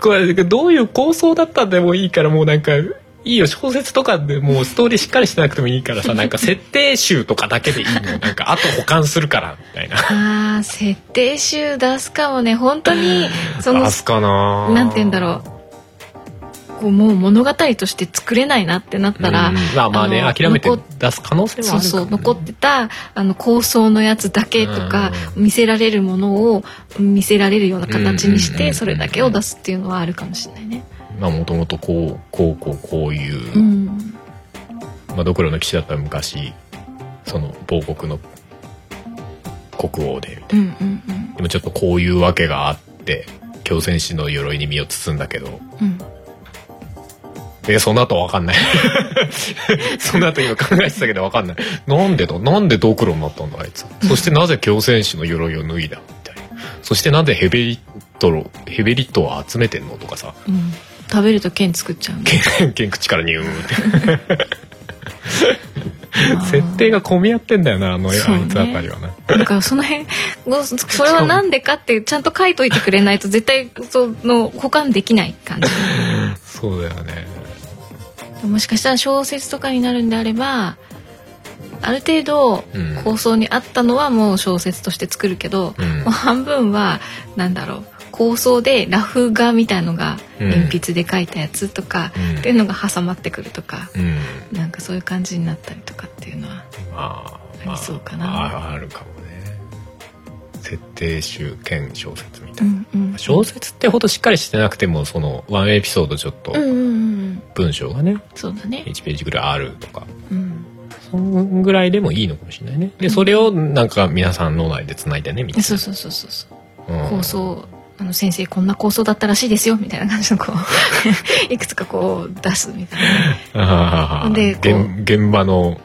[SPEAKER 2] これどういう構想だったんでもいいからもうなんかいいよ小説とかでもうストーリーしっかりしてなくてもいい からさなんか設定集とかだけでいいのなんかあと保管するからみたいな
[SPEAKER 3] あー設定集出すかもね本当に その
[SPEAKER 2] 出すかなあ
[SPEAKER 3] なんて言うんだろうこうもう物語として作れないなってなったら、
[SPEAKER 2] うんまあまあね
[SPEAKER 3] あの
[SPEAKER 2] 諦めて
[SPEAKER 3] 残っ
[SPEAKER 2] 出す可能性はあ
[SPEAKER 3] そう
[SPEAKER 2] るか
[SPEAKER 3] そ
[SPEAKER 2] も、
[SPEAKER 3] う
[SPEAKER 2] ね、
[SPEAKER 3] 残ってたあの構想のやつだけとか、見せられるものを見せられるような形にし
[SPEAKER 2] うんうんうんう
[SPEAKER 3] て
[SPEAKER 2] ん
[SPEAKER 3] それだけを出すっていうのはあるかもしれないね。
[SPEAKER 2] まあもともとこうこうこうこういう、
[SPEAKER 3] うん、
[SPEAKER 2] まあ、ドクロの騎士だったら昔その亡国の国王で
[SPEAKER 3] うんうんうん
[SPEAKER 2] でもちょっとこういうわけがあって狂戦士の鎧に身を包んだけど
[SPEAKER 3] うん
[SPEAKER 2] えその後わかんない その後今考えてたけどわかんないなんでだなんでドクロになったんだあいつそしてなぜ狂戦士の鎧を脱いだみたいなそしてなぜヘベリットロヘベリットを集めてんのとかさ
[SPEAKER 3] うん、食べると剣作っちゃうね
[SPEAKER 2] 剣剣口からニューって
[SPEAKER 3] あー
[SPEAKER 2] 設定が混み合ってんだよなあの、
[SPEAKER 3] そう
[SPEAKER 2] あ
[SPEAKER 3] ね
[SPEAKER 2] いつあたりはね
[SPEAKER 3] だからその辺ごそれはなんでかってちゃんと書いといてくれないと絶対その保管できない感じ
[SPEAKER 2] そうだよね
[SPEAKER 3] もしかしたら小説とかになるんであればある程度
[SPEAKER 2] うん
[SPEAKER 3] 構想に合ったのはもう小説として作るけど、
[SPEAKER 2] うん
[SPEAKER 3] もう半分はなんだろう構想でラフ画みたいのが
[SPEAKER 2] うん
[SPEAKER 3] 鉛筆で描いたやつとか、
[SPEAKER 2] うん
[SPEAKER 3] っていうのが挟まってくるとか
[SPEAKER 2] うん
[SPEAKER 3] なんかそういう感じになったりとかっていうのは
[SPEAKER 2] まあ、ま
[SPEAKER 3] ありそうかな
[SPEAKER 2] あ、あるかもね設定集兼小説みた
[SPEAKER 3] う
[SPEAKER 2] いな、
[SPEAKER 3] んうん
[SPEAKER 2] 小説ってほどしっかりしてなくてもそのワンエピソードちょっと
[SPEAKER 3] うんうんうん
[SPEAKER 2] 文章がね、
[SPEAKER 3] そうだね、
[SPEAKER 2] 1ページぐらいあるとか
[SPEAKER 3] うん、
[SPEAKER 2] そんぐらいでもいいのかもしれないねでそれをなんか皆さん脳内でつないでねみたい
[SPEAKER 3] そうそうそうそうそう
[SPEAKER 2] な、うん
[SPEAKER 3] 構想あの先生こんな構想だったらしいですよみたいな感じのこう いくつかこう出すみたい
[SPEAKER 2] ああ
[SPEAKER 3] でこ
[SPEAKER 2] 現
[SPEAKER 3] う
[SPEAKER 2] 現場の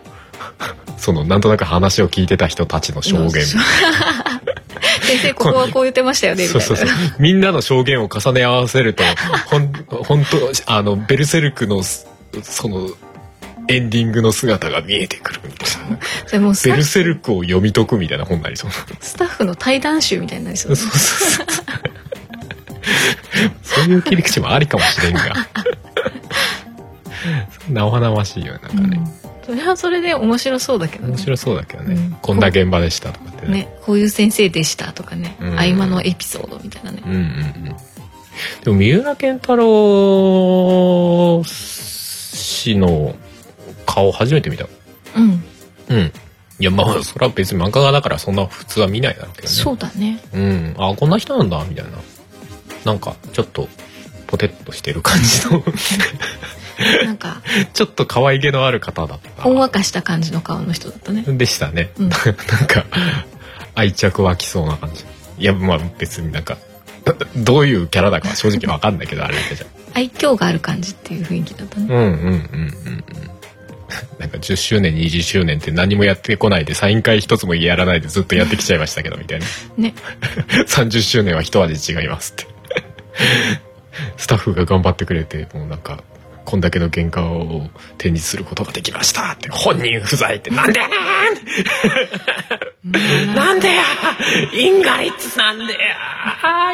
[SPEAKER 2] そのなんとなく話を聞いてた人たちの証
[SPEAKER 3] な
[SPEAKER 2] 言
[SPEAKER 3] 先生ここはこう言ってましたよねみた
[SPEAKER 2] そ
[SPEAKER 3] いう
[SPEAKER 2] そ
[SPEAKER 3] な
[SPEAKER 2] うそう。みんなの証言を重ね合わせると、ほん、本当あの、ベルセルクのす、その、エンディングの姿が見えてくるみたいな。
[SPEAKER 3] それもうス
[SPEAKER 2] ベ
[SPEAKER 3] タ
[SPEAKER 2] ルセルクを読み解くみたいな本になりそう。
[SPEAKER 3] スタッフの対談集みたいになりそう
[SPEAKER 2] そうそうそう。そういう切り口もありかもしれん が。生々しいよね、なんかね。
[SPEAKER 3] それはそれで面白そうだけどね
[SPEAKER 2] 面白そうだけどね。
[SPEAKER 3] うん
[SPEAKER 2] こんな現場でしたとかってね。
[SPEAKER 3] ねこういう先生でしたとかね、
[SPEAKER 2] うん
[SPEAKER 3] 合間のエピソードみたいなね
[SPEAKER 2] うんうんうん。でも、三浦健太郎氏の顔初めて見た。
[SPEAKER 3] うん、
[SPEAKER 2] うん。いや、まあ、それは別に漫画家だからそんな普通は見ないだろうけどね。
[SPEAKER 3] そうだね
[SPEAKER 2] うん。あ、こんな人なんだ、みたいな。なんか、ちょっと、ポテッとしてる感じの、
[SPEAKER 3] なんか
[SPEAKER 2] ちょっと可愛げのある方だった。
[SPEAKER 3] ほんわかした感じの顔の人だったね
[SPEAKER 2] でしたね。
[SPEAKER 3] うん
[SPEAKER 2] なんか、愛着湧きそうな感じ。いや、まあ、別になんか、どういうキャラだかは正直わかんないけど、あれだけじゃ。
[SPEAKER 3] 愛嬌がある感じっていう雰囲気だったね
[SPEAKER 2] うんうんうんうんうん。なんか10周年20周年って何もやってこないでサイン会一つもやらないでずっとやってきちゃいましたけどみたいな
[SPEAKER 3] ね
[SPEAKER 2] 30周年は一味違いますって スタッフが頑張ってくれてもうなんかこんだけの原価を展示することができましたって本人不在ってなんでや
[SPEAKER 3] うん
[SPEAKER 2] ーなんで やーインガリッツなんでや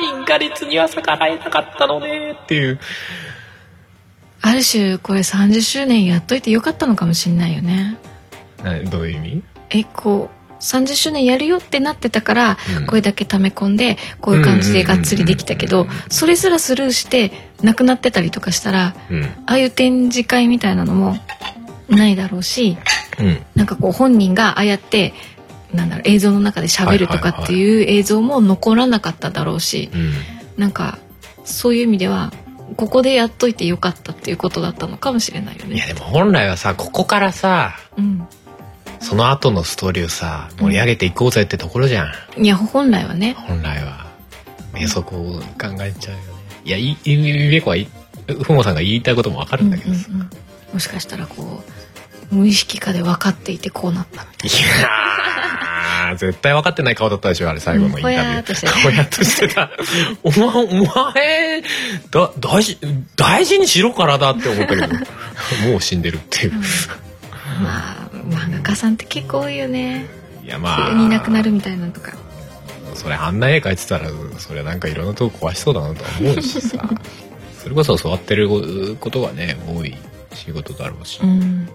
[SPEAKER 2] ーインガリッツには逆らえなかったのねーっていう
[SPEAKER 3] ある種これ30周年やっといてよかったのかもしれないよね
[SPEAKER 2] などういう意味
[SPEAKER 3] えこう30周年やるよってなってたから、
[SPEAKER 2] うん
[SPEAKER 3] これだけ溜め込んでこういう感じでがっつりできたけ
[SPEAKER 2] う
[SPEAKER 3] ど、
[SPEAKER 2] んうんうん
[SPEAKER 3] それすらスルーしてなくなってたりとかしたら
[SPEAKER 2] うん。
[SPEAKER 3] ああいう展示会みたいなのもないだろうし
[SPEAKER 2] うん。
[SPEAKER 3] なんかこう本人がああやってなんだろう映像の中で喋るとかっていう映像も残らなかっただろうし
[SPEAKER 2] うん。
[SPEAKER 3] なんかそういう意味ではここでやっといてよかったっていうことだったのかもしれないよ
[SPEAKER 2] いや
[SPEAKER 3] ね。
[SPEAKER 2] でも本来はさ、ここからさ、
[SPEAKER 3] うん、
[SPEAKER 2] その後のストーリーをさ、盛り上げていこうぜってところじゃん。
[SPEAKER 3] いや本来はね
[SPEAKER 2] 本来は。ね、そこを考えちゃうよね。いや、いい、ゆめこはい、ふもさんが言いたいこともわかるんだけどさ。
[SPEAKER 3] うんうんうんもしかしたらこう無意識化で分かっていてこうなったみたい
[SPEAKER 2] いやー、絶対分かってない顔だったでしょ、あれ最後のインタビュー。
[SPEAKER 3] うんぽやーっとしてた
[SPEAKER 2] ぽやっとしてた。お前、お前、だ、大事、大事にしろ体って思ったけど、もう死んでるっていう。
[SPEAKER 3] なまあ漫画家さんって結構多いよね
[SPEAKER 2] いや、まあ。
[SPEAKER 3] 急にいなくなるみたいなのとか
[SPEAKER 2] それあんな絵描いてたらそれなんかいろんなとこ壊しそうだなとは思うし さそれこそ教わってることがね多い仕事だろうし、
[SPEAKER 3] うん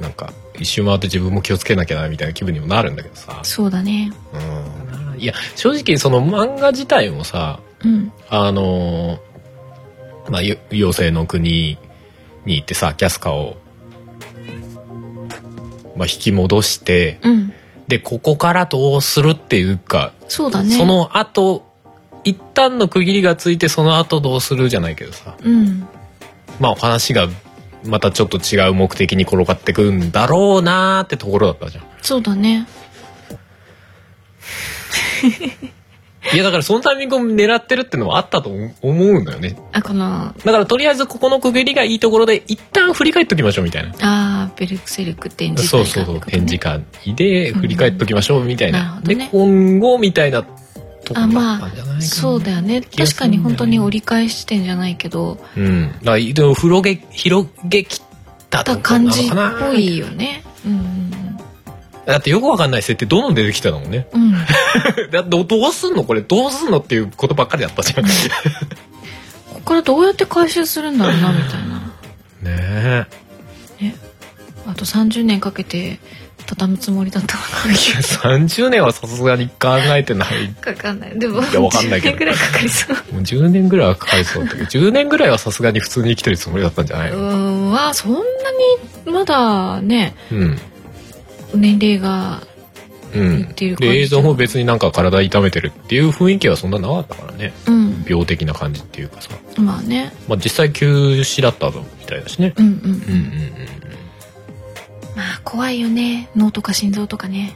[SPEAKER 2] なんか一周回って自分も気をつけなきゃなみたいな気分にもなるんだけどさ、
[SPEAKER 3] そうだね
[SPEAKER 2] うん、いや正直その漫画自体もさ
[SPEAKER 3] うん
[SPEAKER 2] あのーまあよ妖精の国に行ってさキャスカを、まあ、引き戻して
[SPEAKER 3] うん
[SPEAKER 2] でここからどうするっていうか
[SPEAKER 3] そうだね
[SPEAKER 2] その後一旦の区切りがついてその後どうするじゃないけどさ
[SPEAKER 3] うん
[SPEAKER 2] まあ話がまたちょっと違う目的に転がってくんだろうなーってところだったじゃん。
[SPEAKER 3] そうだね
[SPEAKER 2] いやだからそのタイミングを狙ってるってのはあったと思うんだよね。
[SPEAKER 3] あこの
[SPEAKER 2] だからとりあえずここの区切りがいいところで一旦振り返っときましょうみたいな。
[SPEAKER 3] あーベルクセルク展示
[SPEAKER 2] そ
[SPEAKER 3] 会
[SPEAKER 2] うそうそう
[SPEAKER 3] があって
[SPEAKER 2] 展示
[SPEAKER 3] こ
[SPEAKER 2] 会で振り返っときましょうみたいな。
[SPEAKER 3] うんなるほどね
[SPEAKER 2] で今後みたいなとこだ
[SPEAKER 3] あ
[SPEAKER 2] っ
[SPEAKER 3] ま
[SPEAKER 2] たんじゃないかな。
[SPEAKER 3] とねそうだよね
[SPEAKER 2] 気が
[SPEAKER 3] 確
[SPEAKER 2] す
[SPEAKER 3] か
[SPEAKER 2] るんだ
[SPEAKER 3] に
[SPEAKER 2] よね
[SPEAKER 3] 本当に折り返し点じゃないけど
[SPEAKER 2] うん。だからでも広げ広げきったってこと
[SPEAKER 3] た
[SPEAKER 2] な
[SPEAKER 3] 感
[SPEAKER 2] の
[SPEAKER 3] じっ
[SPEAKER 2] かな
[SPEAKER 3] ぽいよねうん
[SPEAKER 2] だってよくわかんない設定どんどん出てきたのもんね
[SPEAKER 3] うんうん
[SPEAKER 2] だってどどうすんのこれどうすんのっていうことばっかりだったじゃん ね
[SPEAKER 3] ここからどうやって回収するんだろうなみたいな
[SPEAKER 2] え
[SPEAKER 3] あと30年かけて畳むつもりだったのか
[SPEAKER 2] いや30年はさすがに考えてない
[SPEAKER 3] かかんないでも
[SPEAKER 2] いやわかんないけど
[SPEAKER 3] 10年ぐらいかかりそう
[SPEAKER 2] もう10年ぐらいはかかりそうだけど10年ぐらいはさすがに普通に生きてるつもりだったんじゃないうの
[SPEAKER 3] んわそんなにまだね
[SPEAKER 2] うん
[SPEAKER 3] 年齢が
[SPEAKER 2] う
[SPEAKER 3] 言
[SPEAKER 2] ん
[SPEAKER 3] ってる
[SPEAKER 2] で
[SPEAKER 3] 感じ
[SPEAKER 2] 映像も別になんか体痛めてるっていう雰囲気はそんななかったからね
[SPEAKER 3] うん
[SPEAKER 2] 病的な感じっていうかさ、
[SPEAKER 3] まあね
[SPEAKER 2] まあ、実際急死だったみたいだしね
[SPEAKER 3] うんうん、
[SPEAKER 2] うんうん
[SPEAKER 3] まあ怖いよね脳とか心臓とかね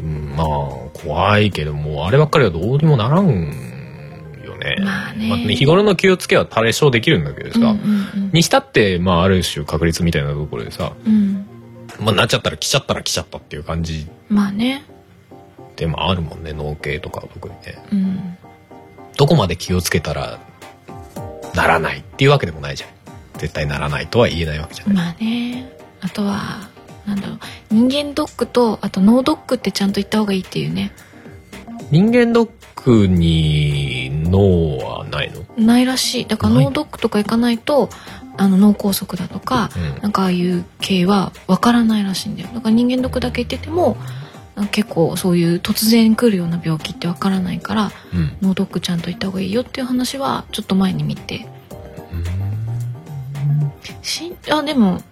[SPEAKER 2] うんうんまあ怖いけどもうあればっかりはどうにもならんよね
[SPEAKER 3] まあね,、
[SPEAKER 2] まあね、日頃の気をつけは対象できるんだけどさ、
[SPEAKER 3] うんうん
[SPEAKER 2] にしたって、まあ、ある種確率みたいなところでさ、
[SPEAKER 3] うん、うん、
[SPEAKER 2] まあ、なっちゃったら来ちゃったら来ちゃったっていう感じ
[SPEAKER 3] まあね
[SPEAKER 2] でもあるもんね脳系とかは特にね
[SPEAKER 3] うん
[SPEAKER 2] どこまで気をつけたらならないっていうわけでもないじゃん絶対ならないとは言えないわけじゃない、
[SPEAKER 3] まあねあとはなんだろう人間ドックとあと脳ドックってちゃんと言った方がいいっていうね
[SPEAKER 2] 人間ドックに脳はないの
[SPEAKER 3] ないらしいだから
[SPEAKER 2] ない
[SPEAKER 3] 脳ドックとか行かないとあの脳梗塞だとか、
[SPEAKER 2] うん
[SPEAKER 3] なんかああいう系はわからないらしいんだよだから人間ドックだけ行っててもあの結構そういう突然来るような病気ってわからないから
[SPEAKER 2] うん
[SPEAKER 3] 脳ドックちゃんと行った方がいいよっていう話はちょっと前に見てしあでも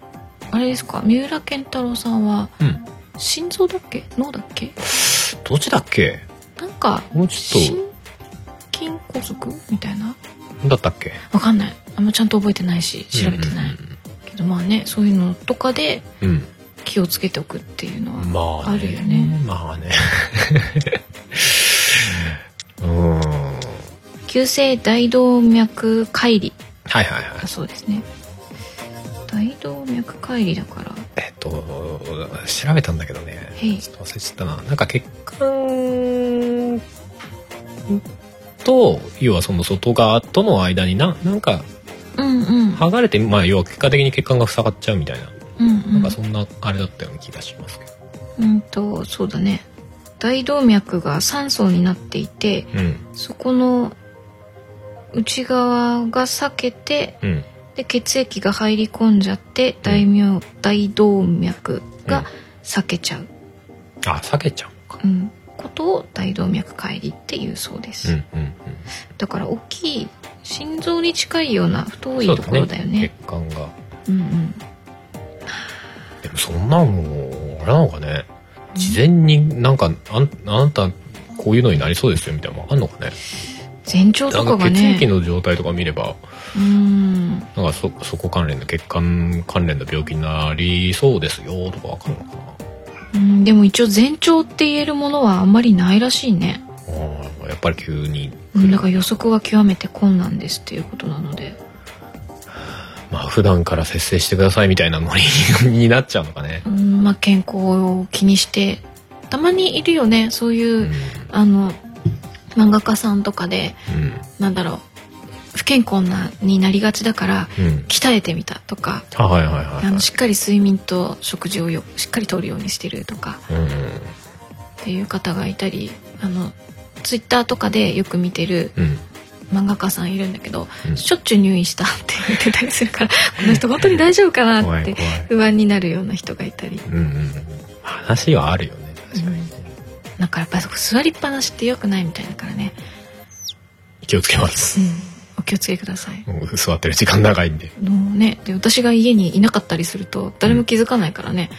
[SPEAKER 3] あれですか三浦健太郎さんは
[SPEAKER 2] うん
[SPEAKER 3] 心臓だっけ脳だっけ
[SPEAKER 2] どっちだっけ
[SPEAKER 3] なんか
[SPEAKER 2] もうちょ
[SPEAKER 3] 心
[SPEAKER 2] っ
[SPEAKER 3] 筋梗塞みたいな
[SPEAKER 2] とだったっけ
[SPEAKER 3] わかんないあんまちゃんと覚えてないし調べてない、
[SPEAKER 2] う
[SPEAKER 3] けどまあねそういうのとかで
[SPEAKER 2] んうんうん、
[SPEAKER 3] 気をつけておくっていうのは、
[SPEAKER 2] まあ、ね、
[SPEAKER 3] あるよね
[SPEAKER 2] まあねうーんはい
[SPEAKER 3] 急性大動脈解離
[SPEAKER 2] はいはい
[SPEAKER 3] だそうですね大動脈解離だから
[SPEAKER 2] えっと調べたんだけどね
[SPEAKER 3] へい
[SPEAKER 2] ちょっと忘れちゃったななんか血管と要はその外側との間にななんか
[SPEAKER 3] うんうん
[SPEAKER 2] 剥がれて、まあ、要は結果的に血管が塞がっちゃうみたいな
[SPEAKER 3] うんう
[SPEAKER 2] なん
[SPEAKER 3] ん
[SPEAKER 2] かそんなあれだったような気がしますけど
[SPEAKER 3] うんとそうだね大動脈が3層になっていて
[SPEAKER 2] うん
[SPEAKER 3] そこの内側が裂けて
[SPEAKER 2] うん
[SPEAKER 3] で血液が入り込んじゃって大名大動脈
[SPEAKER 2] うん
[SPEAKER 3] が裂けちゃう、
[SPEAKER 2] あ避けちゃうのか
[SPEAKER 3] うんことを大動脈解離っていうそうで
[SPEAKER 2] う
[SPEAKER 3] す、
[SPEAKER 2] んうんうん
[SPEAKER 3] だから大きい心臓に近いような太い
[SPEAKER 2] そう
[SPEAKER 3] ところだよね
[SPEAKER 2] 血管が
[SPEAKER 3] うんうん
[SPEAKER 2] でもそんなんもうあれなのかね事前になんかあんあなたこういうのになりそうですよみたいなのもあんのかね
[SPEAKER 3] 前兆
[SPEAKER 2] な
[SPEAKER 3] と
[SPEAKER 2] ん
[SPEAKER 3] か
[SPEAKER 2] か
[SPEAKER 3] が
[SPEAKER 2] 血液
[SPEAKER 3] ね
[SPEAKER 2] の状態とか見れば
[SPEAKER 3] うん
[SPEAKER 2] なんかそそこ関連の血管関連の病気になりそうですよとかわかるのかな
[SPEAKER 3] うんでも一応前兆って言えるものはあんまりないらしいね
[SPEAKER 2] あーやっぱり急に
[SPEAKER 3] うんだから予測が極めて困難ですっていうことなので
[SPEAKER 2] まあ普段から節制してくださいみたいなノリになっちゃうのかね。
[SPEAKER 3] うんまあ健康を気にしてたまにいるよねそういうう、
[SPEAKER 2] ん。
[SPEAKER 3] あの漫画家さんとかで
[SPEAKER 2] う
[SPEAKER 3] なんだろう不健康なになりがちだから
[SPEAKER 2] ん。うん。
[SPEAKER 3] 鍛えてみたとか
[SPEAKER 2] あはいはいはい
[SPEAKER 3] あ
[SPEAKER 2] は
[SPEAKER 3] のしっかり睡眠と食事をよしっかりとるようにしてるとか
[SPEAKER 2] い。うん。
[SPEAKER 3] っていう方がいたりあのツイッターとかでよく見てる
[SPEAKER 2] うん。
[SPEAKER 3] 漫画家さんいるんだけど、
[SPEAKER 2] うん
[SPEAKER 3] しょっちゅう入院したって言ってたりす るからこの人本当に大丈夫かな
[SPEAKER 2] 怖
[SPEAKER 3] っ
[SPEAKER 2] い怖い
[SPEAKER 3] て。不安になるような人がいたり
[SPEAKER 2] うんうんうん。話はあるよね。確かにね。
[SPEAKER 3] なんかやっぱり座りっぱなしって良くないみたいだからね、
[SPEAKER 2] 気をつけます。
[SPEAKER 3] お気をつけください。
[SPEAKER 2] もう座ってる時間長いんで。
[SPEAKER 3] のね、で私が家にいなかったりすると誰も気づかないからね、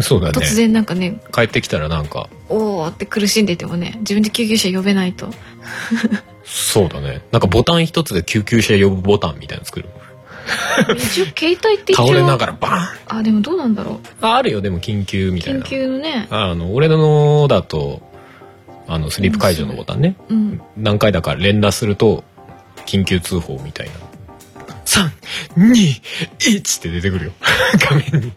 [SPEAKER 2] そうだね。
[SPEAKER 3] 突然なんかね
[SPEAKER 2] 帰ってきたらなんか、
[SPEAKER 3] おーって苦しんでてもね自分で救急車呼べないと
[SPEAKER 2] そうだね。なんかボタン一つで救急車呼ぶボタンみたいなの作る。
[SPEAKER 3] 一応携帯って一応
[SPEAKER 2] 倒れながらバーン
[SPEAKER 3] あでもどうなんだろう
[SPEAKER 2] ああるよ、でも緊急みたい
[SPEAKER 3] 緊
[SPEAKER 2] な。
[SPEAKER 3] 急のね
[SPEAKER 2] あの、俺のだと、あの、スリープ解除のボタンね。
[SPEAKER 3] うん
[SPEAKER 2] 何回だか連打すると緊急通報みたいな321って出てくるよ 画面に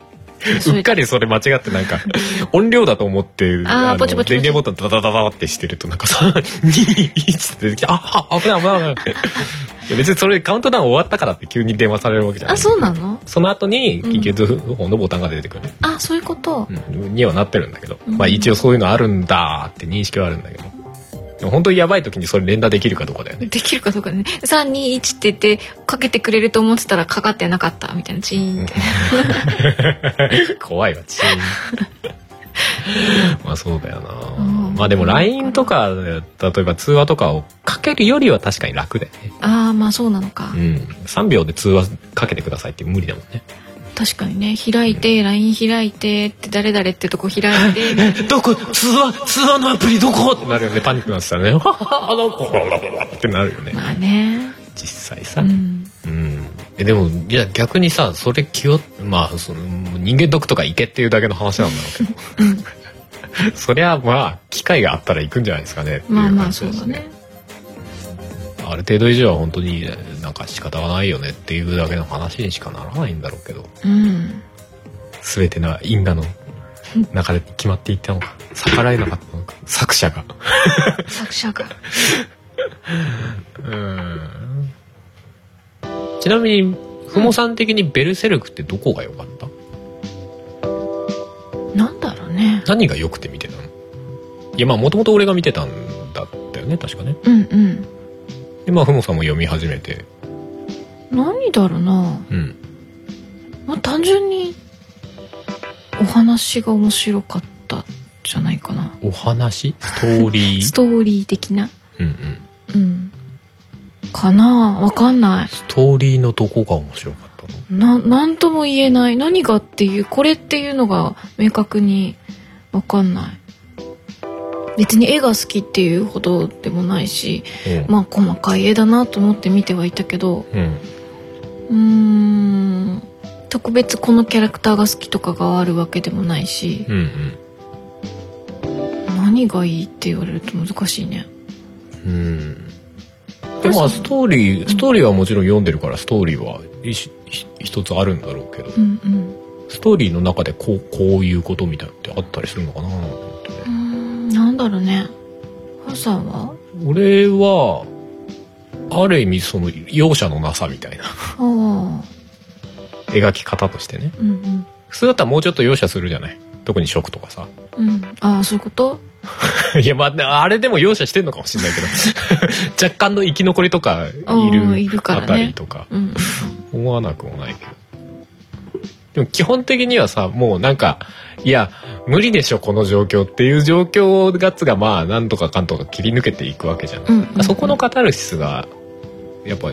[SPEAKER 3] そう
[SPEAKER 2] っかりそれ間違ってなんか 音量だと思って
[SPEAKER 3] あー
[SPEAKER 2] の
[SPEAKER 3] ポチポチポチ
[SPEAKER 2] 電源ボタンダダダダダってしてるとなんか321って出てきてああ危ない危 ない危ないいや別にそれカウントダウン終わったからって急に電話されるわけじゃない
[SPEAKER 3] あそうなの
[SPEAKER 2] その後に緊急通報のボタンが出てくる、ね
[SPEAKER 3] あそういうこと、
[SPEAKER 2] うんにはなってるんだけど、
[SPEAKER 3] うん
[SPEAKER 2] まあ一応そういうのあるんだって認識はあるんだけどでも本当にやばい時にそれ連打できるかどうかだよね
[SPEAKER 3] できるかどうかね321って言ってかけてくれると思ってたらかかってなかったみたいなチーンって、
[SPEAKER 2] 怖いわチーン まあそうだよな、
[SPEAKER 3] うん
[SPEAKER 2] まあでも LINE とか例えば通話とかをかけるよりは確かに楽だよね
[SPEAKER 3] ああまあそうなのか、
[SPEAKER 2] うん3秒で通話かけてくださいって無理だもんね
[SPEAKER 3] 確かにね開いて LINE 開いてって誰々ってとこ開いて
[SPEAKER 2] どこ通話通話のアプリどこってなるよねパニックになってたらね あの子ってなるよね
[SPEAKER 3] まあね
[SPEAKER 2] 実際
[SPEAKER 3] う
[SPEAKER 2] さ
[SPEAKER 3] ん
[SPEAKER 2] うん、えでもいや逆にさそれ気をまあその人間ドックとか行けっていうだけの話なんだろうけど そりゃまあ機会があったら行くんじゃないですかねっていう
[SPEAKER 3] まあま
[SPEAKER 2] 感
[SPEAKER 3] あ
[SPEAKER 2] じ
[SPEAKER 3] そ
[SPEAKER 2] で
[SPEAKER 3] う
[SPEAKER 2] す
[SPEAKER 3] だ
[SPEAKER 2] ね
[SPEAKER 3] ね
[SPEAKER 2] ある程度以上は本当になんか仕方がないよねっていうだけの話にしかならないんだろうけど
[SPEAKER 3] うん
[SPEAKER 2] 全ての因果の中で決まっていったのか逆らえなかったのか作者が
[SPEAKER 3] 作者が
[SPEAKER 2] うんちなみにふもさん的に「ベルセルク」ってどこが良かった
[SPEAKER 3] なんだろうね
[SPEAKER 2] 何が良くて見てたのいやまあもともと俺が見てたんだったよね確かね
[SPEAKER 3] うんうん
[SPEAKER 2] でまあふもさんも読み始めて
[SPEAKER 3] 何だろうな、
[SPEAKER 2] うん
[SPEAKER 3] まあ、単純にお話が面白かったじゃないかな
[SPEAKER 2] お話ストーリ
[SPEAKER 3] ス
[SPEAKER 2] ー
[SPEAKER 3] トーリー的な
[SPEAKER 2] うんうん
[SPEAKER 3] うんかなわかんない
[SPEAKER 2] ストーリーのどこが面白かったの
[SPEAKER 3] な何とも言えない何がっていうこれっていうのが明確に分かんない別に絵が好きっていうほどでもないし
[SPEAKER 2] うん
[SPEAKER 3] まあ細かい絵だなと思って見てはいたけど
[SPEAKER 2] うん
[SPEAKER 3] うーん特別このキャラクターが好きとかがあるわけでもないし
[SPEAKER 2] うんうん
[SPEAKER 3] 何がいいって言われると難しいね
[SPEAKER 2] うんでもまあストーリーストーリーはもちろん読んでるからストーリーは一一一つあるんだろうけど
[SPEAKER 3] うんうん
[SPEAKER 2] ストーリーの中でこうこういうことみたいなのってあったりするのかなと思って
[SPEAKER 3] うーんなんだろうねハルさんは
[SPEAKER 2] 俺はある意味その容赦のなさみたいな
[SPEAKER 3] ああうん
[SPEAKER 2] 描き方としてね
[SPEAKER 3] うん
[SPEAKER 2] 普通だったらもうちょっと容赦するじゃない特に食とかさ
[SPEAKER 3] うんああそういうこと
[SPEAKER 2] いやまああれでも容赦してんのかもしれ ないけど若干の生き残りとかい
[SPEAKER 3] うん
[SPEAKER 2] る
[SPEAKER 3] いるか
[SPEAKER 2] あ
[SPEAKER 3] らね
[SPEAKER 2] たりとか
[SPEAKER 3] うん
[SPEAKER 2] を思わなくもないけど。でも基本的にはさ、もうなんか、いや、無理でしょ、この状況っていう状況がつが、まあ、なんとかかんとか切り抜けていくわけじゃない。
[SPEAKER 3] うんうんうん
[SPEAKER 2] そこのカタルシスが、やっぱ、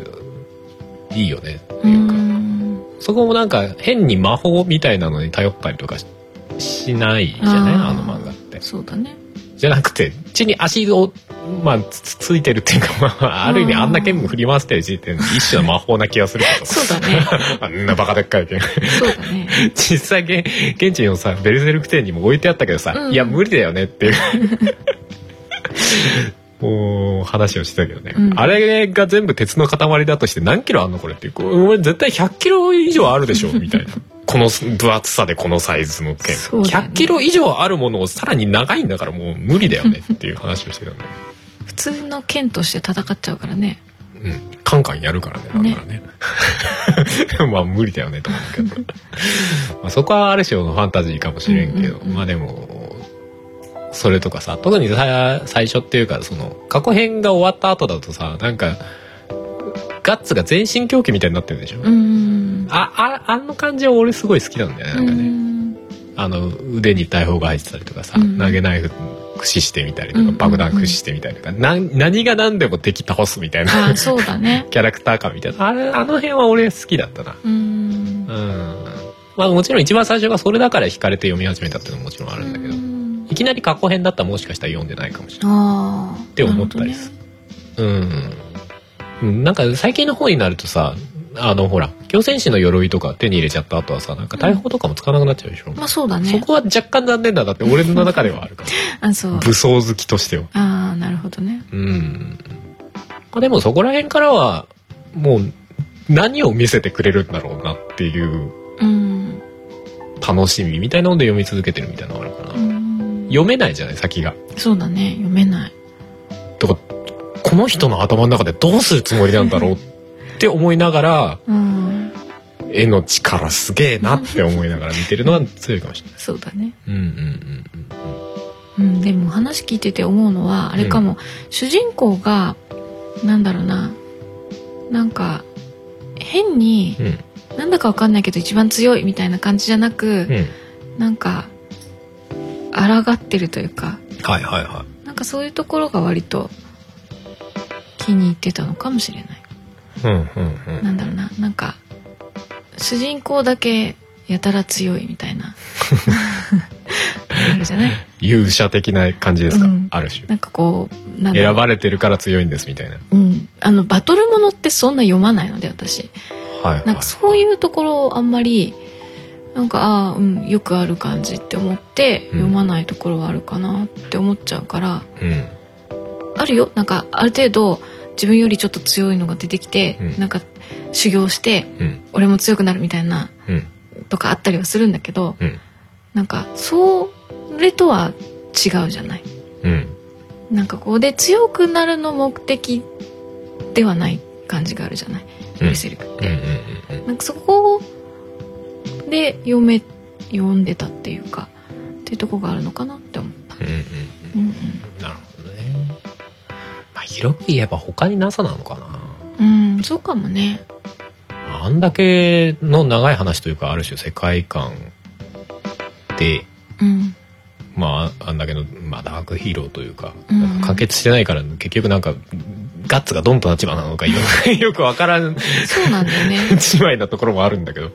[SPEAKER 2] いいよねって
[SPEAKER 3] う
[SPEAKER 2] いうか。
[SPEAKER 3] ん
[SPEAKER 2] そこもなんか、変に魔法みたいなのに頼ったりとかししないじゃない
[SPEAKER 3] あー
[SPEAKER 2] あの漫画って。
[SPEAKER 3] そうだね
[SPEAKER 2] じゃなくて地に足を、まあ、つつついてるっていうか、まあ、ある意味
[SPEAKER 3] うん
[SPEAKER 2] あんな剣振り回してる時点で一種の魔法な気がするけど
[SPEAKER 3] そうだね
[SPEAKER 2] あんなバカでっかい剣
[SPEAKER 3] そうだね
[SPEAKER 2] 実際現現地のさベルセルク店にも置いてあったけどさ、
[SPEAKER 3] うん
[SPEAKER 2] いや無理だよね っていうもう話をしてたけどね、
[SPEAKER 3] うん
[SPEAKER 2] あれが全部鉄の塊だとして何キロあんのこれってこれお前絶対100キロ以上あるでしょみたい なこの分厚さでこのサイズの剣、
[SPEAKER 3] そうだね
[SPEAKER 2] 100キロ以上あるものをさらに長いんだからもう無理だよねっていう話をしてたんだよね
[SPEAKER 3] 普通の剣として戦っちゃうからね
[SPEAKER 2] うん、カンカンやるからねだからね まあ無理だよねと思うけ どまあそこはある種のファンタジーかもしれんけど、
[SPEAKER 3] うんうんうん
[SPEAKER 2] まあでもそれとかさ特にさ最初っていうかその過去編が終わった後だとさなんかガッツが全身狂気みたいになってるでしょ、
[SPEAKER 3] うん
[SPEAKER 2] あああの感じは俺すごい好きなんだよねなんかね、あの腕に大砲が入ってたりとかさ、
[SPEAKER 3] うん
[SPEAKER 2] 投げナイフ駆使してみたりと
[SPEAKER 3] うん
[SPEAKER 2] か
[SPEAKER 3] うんう
[SPEAKER 2] 爆
[SPEAKER 3] ん
[SPEAKER 2] 弾駆使してみたりとか、な何が何でも敵倒すみたいな
[SPEAKER 3] あそう だね
[SPEAKER 2] キャラクター感みたいなあれあの辺は俺好きだったな
[SPEAKER 3] うん
[SPEAKER 2] うんまあもちろん一番最初がそれだから惹かれて読み始めたっていうのももちろんあるんだけど、いきなり過去編だったらもしかしたら読んでないかもしれない
[SPEAKER 3] ああっ
[SPEAKER 2] って思ったりするうん、うん、なんか最近の方になるとさあのほら狂戦士の鎧とか手に入れちゃった後はさなんか大砲とかも使わなくなっちゃうでしょ、
[SPEAKER 3] まあそうだ
[SPEAKER 2] そ
[SPEAKER 3] ね
[SPEAKER 2] こは若干残念だなって俺の中ではあるか
[SPEAKER 3] あそ
[SPEAKER 2] ら
[SPEAKER 3] う
[SPEAKER 2] 武装好きとしては
[SPEAKER 3] ああなるほどね
[SPEAKER 2] うん。まあでもそこら辺からは、もう何を見せてくれるんだろうなっていう
[SPEAKER 3] うん
[SPEAKER 2] 楽しみみたいなので読み続けてるみたいなのがあるか
[SPEAKER 3] う
[SPEAKER 2] な。
[SPEAKER 3] ん
[SPEAKER 2] 読めないじゃない、先が。
[SPEAKER 3] そうだね読めない
[SPEAKER 2] とか、この人の頭の中でどうするつもりなんだろうって思いながら、
[SPEAKER 3] うん
[SPEAKER 2] 絵の力すげえなって思いながら見てるのは強いかもしれ
[SPEAKER 3] そうだね
[SPEAKER 2] ない。うんうんうん
[SPEAKER 3] うん、でも話聞いてて思うのはあれかも、主人公がなんだろうななんか変に
[SPEAKER 2] うん。
[SPEAKER 3] なんだかわかんないけど一番強いみたいな感じじゃなく
[SPEAKER 2] うん。、うん。
[SPEAKER 3] なんか抗ってるというか
[SPEAKER 2] はいはいは
[SPEAKER 3] なんかそういうところが割と気に入ってたのかもしれない
[SPEAKER 2] い。うんうん
[SPEAKER 3] なんだろうななんか主人公だけやたら強いみたい なあるじゃない
[SPEAKER 2] 勇者的な感じですか、
[SPEAKER 3] うん
[SPEAKER 2] ある種。
[SPEAKER 3] なんかこうなんだろう
[SPEAKER 2] 選ばれてるから強いんですみたいな。
[SPEAKER 3] うん、あのバトルものってそんな読まないので私
[SPEAKER 2] はい、はい。
[SPEAKER 3] なんかそういうところをあんまりなんかああうんよくある感じって思って
[SPEAKER 2] うん
[SPEAKER 3] 読まないところはあるかなって思っちゃうから、
[SPEAKER 2] うん。
[SPEAKER 3] あるよなんかある程度自分よりちょっと強いのが出てきて、
[SPEAKER 2] うん
[SPEAKER 3] なんか修行して
[SPEAKER 2] うん。
[SPEAKER 3] 俺も強くなるみたいな
[SPEAKER 2] うん。
[SPEAKER 3] とかあったりはするんだけど
[SPEAKER 2] うん。
[SPEAKER 3] なんかそれとは違うじゃない
[SPEAKER 2] うん。
[SPEAKER 3] なんかこうで強くなるの目的ではない感じがあるじゃない、
[SPEAKER 2] うん
[SPEAKER 3] ベルセルクって。
[SPEAKER 2] うん。
[SPEAKER 3] なんかそこで読め読んでたっていうかっていうとこがあるのかなって思った。
[SPEAKER 2] うん。
[SPEAKER 3] うん
[SPEAKER 2] なるほどね。まあ、広く言えば他になさなのかな。
[SPEAKER 3] うん、うん、そうかもね。
[SPEAKER 2] あんだけの長い話というか、ある種世界観で、
[SPEAKER 3] うん、
[SPEAKER 2] まあ、あんだけの、まあ、ダークヒーローというか、
[SPEAKER 3] うん
[SPEAKER 2] なんか完結してないから、結局なんか、ガッツがドンと立場なのか、よく よくわからん
[SPEAKER 3] そうなんだよね。
[SPEAKER 2] 一枚なところもあるんだけど。う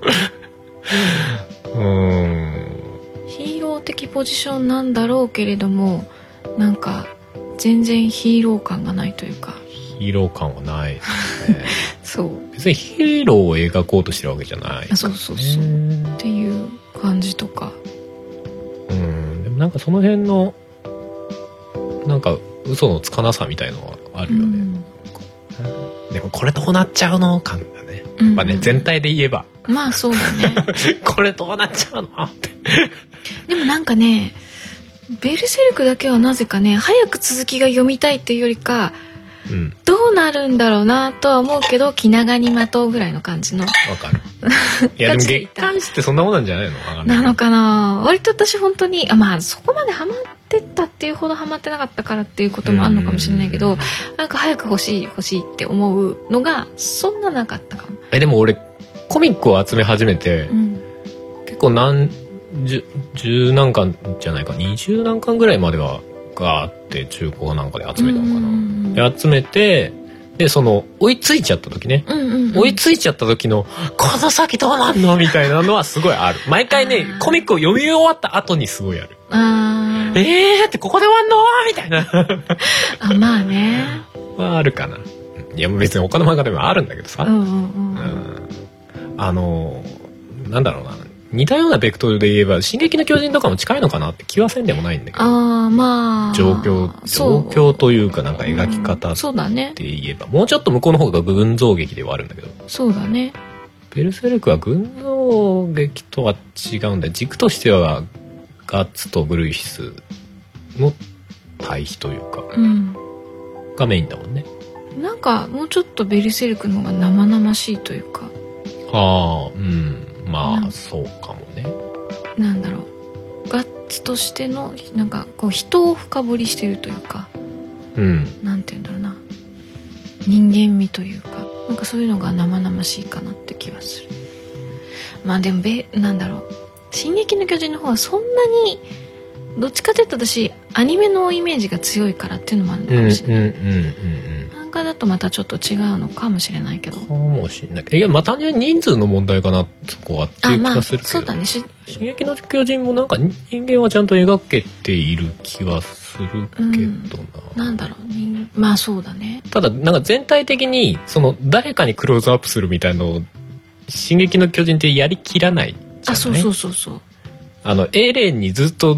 [SPEAKER 2] ーん。
[SPEAKER 3] ヒーロー的ポジションなんだろうけれどもなんか全然ヒーロー感がないというか。
[SPEAKER 2] ヒーロー感はないですね。
[SPEAKER 3] そう。
[SPEAKER 2] 別にヒーローを描こうとしてるわけじゃない
[SPEAKER 3] あ、そう そうそう。っ
[SPEAKER 2] う
[SPEAKER 3] ていう感じとか。
[SPEAKER 2] んでもなんかその辺のなんか嘘のつかなさみたいのはあるよね、でもこれどうなっちゃうの感だね
[SPEAKER 3] うん
[SPEAKER 2] まあね、
[SPEAKER 3] うん
[SPEAKER 2] 全体で言えば
[SPEAKER 3] まあそうだね。
[SPEAKER 2] これどうなっちゃうのって
[SPEAKER 3] でもなんかね「ベルセルク」だけはなぜかね早く続きが読みたいっていうよりか
[SPEAKER 2] うん
[SPEAKER 3] どうなるんだろうなとは思うけど気長に待とうぐらいの感じの
[SPEAKER 2] わかる いやでも月刊誌ってそんなもんなんじゃないのわかんい
[SPEAKER 3] なのかな割と私本当にあまあそこまでハマってったっていうほどハマってなかったからっていうこともあるのかもしれないけ
[SPEAKER 2] う
[SPEAKER 3] ど
[SPEAKER 2] ん
[SPEAKER 3] なんか早く欲しい欲しいって思うのがそんななかったかも。
[SPEAKER 2] えでも俺コミックを集め始めて
[SPEAKER 3] う、ん
[SPEAKER 2] 結構何十十何巻じゃないか20何巻ぐらいまではがあって中古かなんかで集めたのかな。
[SPEAKER 3] うん
[SPEAKER 2] で集めてでその追いついちゃった時ね、
[SPEAKER 3] うんうんうん
[SPEAKER 2] 追いついちゃった時の「この先どうなんの?」みたいなのはすごいある毎回ね
[SPEAKER 3] あー
[SPEAKER 2] コミックを読み終わった後にすごいある
[SPEAKER 3] あ
[SPEAKER 2] 「
[SPEAKER 3] ー
[SPEAKER 2] えー!」ってここで終わんのみたいな
[SPEAKER 3] あまあね
[SPEAKER 2] はあるかな。いや別に他の漫画でもあるんだけどさ、
[SPEAKER 3] うんうんうん
[SPEAKER 2] あのなんだろうな似たようなベクトルで言えば「進撃の巨人」とかも近いのかなって気はせんでもないんだけど
[SPEAKER 3] ああまあ
[SPEAKER 2] 状況
[SPEAKER 3] そ
[SPEAKER 2] 状
[SPEAKER 3] う
[SPEAKER 2] 況というかなんか描き方
[SPEAKER 3] うん
[SPEAKER 2] っ
[SPEAKER 3] そうだね
[SPEAKER 2] て言えばもうちょっと向こうの方が群像劇ではあるんだけど
[SPEAKER 3] そうだね
[SPEAKER 2] ベルセルクは群像劇とは違うんだよ軸としてはガッツとグルイヒスの対比というか
[SPEAKER 3] うん
[SPEAKER 2] がメインだもんね
[SPEAKER 3] なんかもうちょっとベルセルクの方が生々しいというか
[SPEAKER 2] ああうんま
[SPEAKER 3] う
[SPEAKER 2] あ
[SPEAKER 3] ん
[SPEAKER 2] そうかもね
[SPEAKER 3] なんだろうガッツとしてのなんかこう人を深掘りしてるというか
[SPEAKER 2] うん
[SPEAKER 3] なんて言うんだろうな人間味というかなんかそういうのが生々しいかなって気がするまあでもべなんだろう「進撃の巨人」の方はそんなにどっちかというと私アニメのイメージが強いからっていうのもあるの
[SPEAKER 2] うん
[SPEAKER 3] か
[SPEAKER 2] うんうん
[SPEAKER 3] もしれない、
[SPEAKER 2] うんうん
[SPEAKER 3] 漫画だとまたちょっと違うのかもしれないけど
[SPEAKER 2] かもしんないけどいやまあ単純に人数の問題かなそこはってい
[SPEAKER 3] あ
[SPEAKER 2] う気
[SPEAKER 3] まあ
[SPEAKER 2] がするけど、
[SPEAKER 3] そうだねし
[SPEAKER 2] 進撃の巨人もなんか人間はちゃんと描けている気はするけどな、
[SPEAKER 3] なんだろう人まあそうだね
[SPEAKER 2] ただなんか全体的にその誰かにクローズアップするみたいのを「進撃の巨人」ってやりきらないじゃない
[SPEAKER 3] あそうそうそうそう
[SPEAKER 2] あのエレンにずっと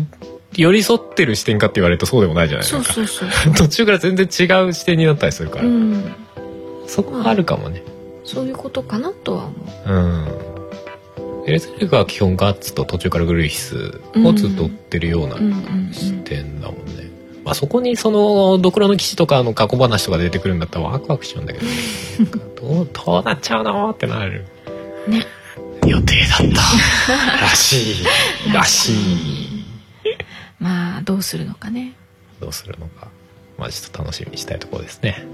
[SPEAKER 2] 寄り添ってる視点かって言われるとそうでもないじゃないです
[SPEAKER 3] そう
[SPEAKER 2] か
[SPEAKER 3] そうそう
[SPEAKER 2] 途中から全然違 う視点になったりするから、
[SPEAKER 3] うん
[SPEAKER 2] そこはあるかもね
[SPEAKER 3] そういうことかなとは
[SPEAKER 2] う
[SPEAKER 3] 思う
[SPEAKER 2] んエルセルクは基本ガッツと途中からグルイヒスをずっと追ってるような
[SPEAKER 3] うんうんうん
[SPEAKER 2] 視点だもんね、まあ、そこにそのドクロの騎士とかの過去話とか出てくるんだったらワクワクしちゃうんだけどね どうどうなっちゃうのってなる
[SPEAKER 3] ね
[SPEAKER 2] 予定だ ったらしいらしい
[SPEAKER 3] まあどうするのかね
[SPEAKER 2] どうするのかまあちょっと楽しみにしたいところですね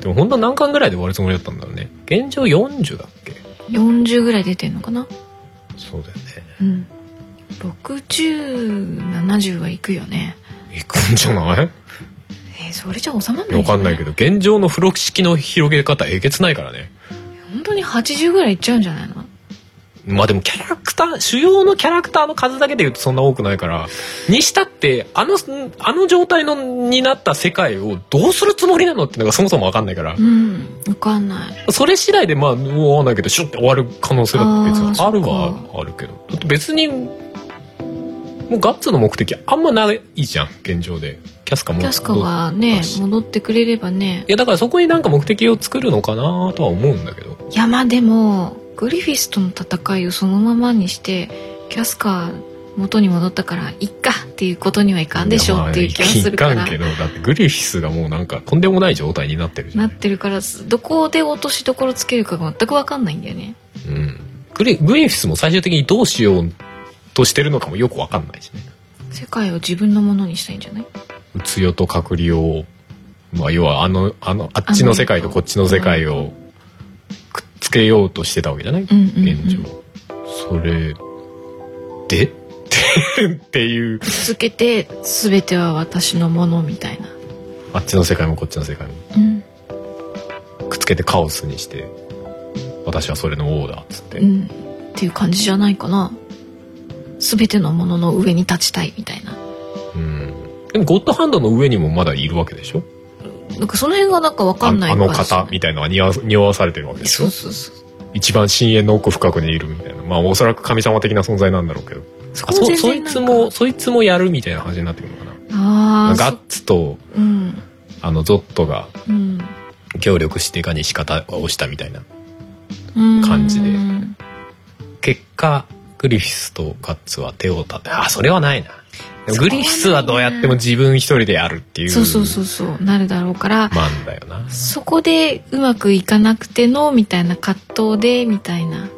[SPEAKER 2] でも本当何巻ぐらいで終わるつもりだったんだろうね現状40だっけ
[SPEAKER 3] 40ぐらい出てんのかな
[SPEAKER 2] そうだよね
[SPEAKER 3] うん6070はいくよね
[SPEAKER 2] いくんじゃない
[SPEAKER 3] えーそれじゃ収まんない
[SPEAKER 2] わかんないけど
[SPEAKER 3] ど
[SPEAKER 2] 現状の付録式の広げ方えげつないからね
[SPEAKER 3] 本当に80ぐらいいっちゃうんじゃないの
[SPEAKER 2] まあでもキャラクター主要のキャラクターの数だけで言うとそんな多くないからにしたってあのあの状態のになった世界をどうするつもりなのってのがそもそもわかんないから
[SPEAKER 3] うんわかんない
[SPEAKER 2] それ次第でまあわかんないけどシュッて終わる可能性だって別
[SPEAKER 3] あー
[SPEAKER 2] に
[SPEAKER 3] そっか
[SPEAKER 2] あるはあるけどだって別にもうガッツの目的あんまないじゃん現状でキャスカも
[SPEAKER 3] キャスカがね戻ってくれればね
[SPEAKER 2] いやだからそこになんか目的を作るのかなとは思うんだけど
[SPEAKER 3] いやまあでもグリフィスとの戦いをそのままにしてキャスカ元に戻ったからいっかっていうことにはいかんでしょうっていう気がするか
[SPEAKER 2] いやま
[SPEAKER 3] ら
[SPEAKER 2] あいかんけどだってグリフィスがもうなんかとんでもない状態になってるじゃ
[SPEAKER 3] なんってるからどこで落としどころつけるかが全くわかんないんだよね
[SPEAKER 2] うんグリグリフィスも最終的にどうしようとしてるのかもよくわかんないしね
[SPEAKER 3] 世界を自分のものにしたいんじゃない
[SPEAKER 2] 強と隔離を、まあ、要はあのあのあっちの世界とこっちの世界をくっつけようとしてたわけじゃない、
[SPEAKER 3] うんうんうん
[SPEAKER 2] 現状それで っていう
[SPEAKER 3] 続けて全ては私のものみたいな
[SPEAKER 2] あっちの世界もこっちの世界も
[SPEAKER 3] うん
[SPEAKER 2] くっつけてカオスにして私はそれの王だっつって、
[SPEAKER 3] うんっていう感じじゃないかな全てのものの上に立ちたいみたいな
[SPEAKER 2] うんでもゴッドハンドの上にもまだいるわけでしょ
[SPEAKER 3] なんかその辺がなんかわかんない
[SPEAKER 2] ああ
[SPEAKER 3] から
[SPEAKER 2] の方みたいなのが匂わ匂わされてるわけでし
[SPEAKER 3] そ
[SPEAKER 2] ょ
[SPEAKER 3] うそうそう
[SPEAKER 2] 一番深淵の奥深くにいるみたいなまあおそらく神様的な存在なんだろうけど
[SPEAKER 3] そ
[SPEAKER 2] あ
[SPEAKER 3] こ
[SPEAKER 2] そ
[SPEAKER 3] も全
[SPEAKER 2] そ
[SPEAKER 3] 然
[SPEAKER 2] い
[SPEAKER 3] なん
[SPEAKER 2] つ
[SPEAKER 3] か
[SPEAKER 2] もそいつもやるみたいな話になってくるのか
[SPEAKER 3] あ
[SPEAKER 2] な
[SPEAKER 3] あ
[SPEAKER 2] ガッツと
[SPEAKER 3] うん
[SPEAKER 2] あのゾットが
[SPEAKER 3] うん
[SPEAKER 2] 協力してガニ仕方をしたみたいな
[SPEAKER 3] うん
[SPEAKER 2] 感じで結果グリフィスとガッツは手を立てあそれはないなでもグリフィスはどうやっても自分一人でやるっていう
[SPEAKER 3] そうそうそうそうなるだろうから、
[SPEAKER 2] マンだよな
[SPEAKER 3] そこでうまくいかなくてのみたいな葛藤でみたいな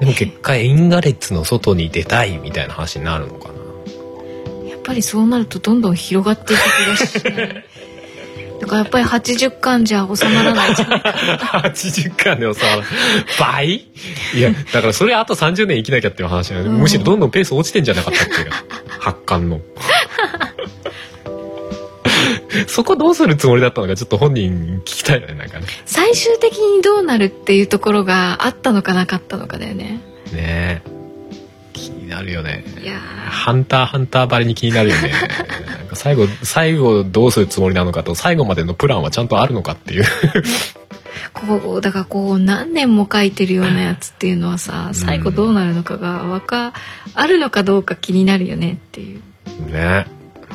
[SPEAKER 2] でも結果エインガレッツの外に出たいみたいな話になるのかな
[SPEAKER 3] やっぱりそうなるとどんどん広がっていく気がして だからやっぱり80巻じゃ収ま らないじゃん
[SPEAKER 2] 80巻で収まる倍いやだからそれあと30年生きなきゃっていう話なので、
[SPEAKER 3] うん
[SPEAKER 2] むしろどんどんペース落ちてんじゃなかったっけ発刊のそこどうするつもりだったのかちょっと本人聞きたいよねなんかね
[SPEAKER 3] 最終的にどうなるっていうところがあったのかなかったのかだよね
[SPEAKER 2] ねえ気になるよね
[SPEAKER 3] いや
[SPEAKER 2] ハンターハンターばりに気になるよねなんか最後最後どうするつもりなのかと最後までのプランはちゃんとあるのかっていう
[SPEAKER 3] ーこうだからこう何年も書いてるようなやつっていうのはさ最後どうなるのかがわかあるのかどうか気になるよねっていう
[SPEAKER 2] ね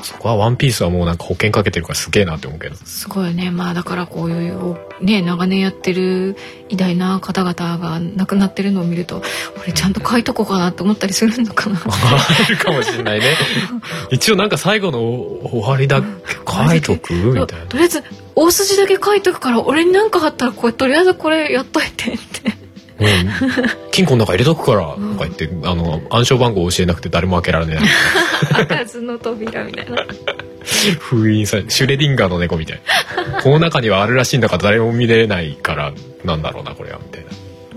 [SPEAKER 2] そこは「ワンピースはもうなんか保険かけてるからすげえなって思うけど
[SPEAKER 3] すごいねまあだからこういうね長年やってる偉大な方々が亡くなってるのを見ると俺ちゃんと書いとこうかなって思ったりするのかな
[SPEAKER 2] あるかもしれないね一応なんか最後の終わりだけ書いとくみたいな
[SPEAKER 3] とりあえず大筋だけ書いとくから俺に何かあったらこれとりあえずこれやっといてって
[SPEAKER 2] うん金庫の中入れとくからとか言ってあの暗証番号教えなくて誰も開けられない
[SPEAKER 3] 開かずの扉みた いな
[SPEAKER 2] 封印されシュレディンガーの猫みたいなこの中にはあるらしいんだから誰も見れないからなんだろうなこれはみたい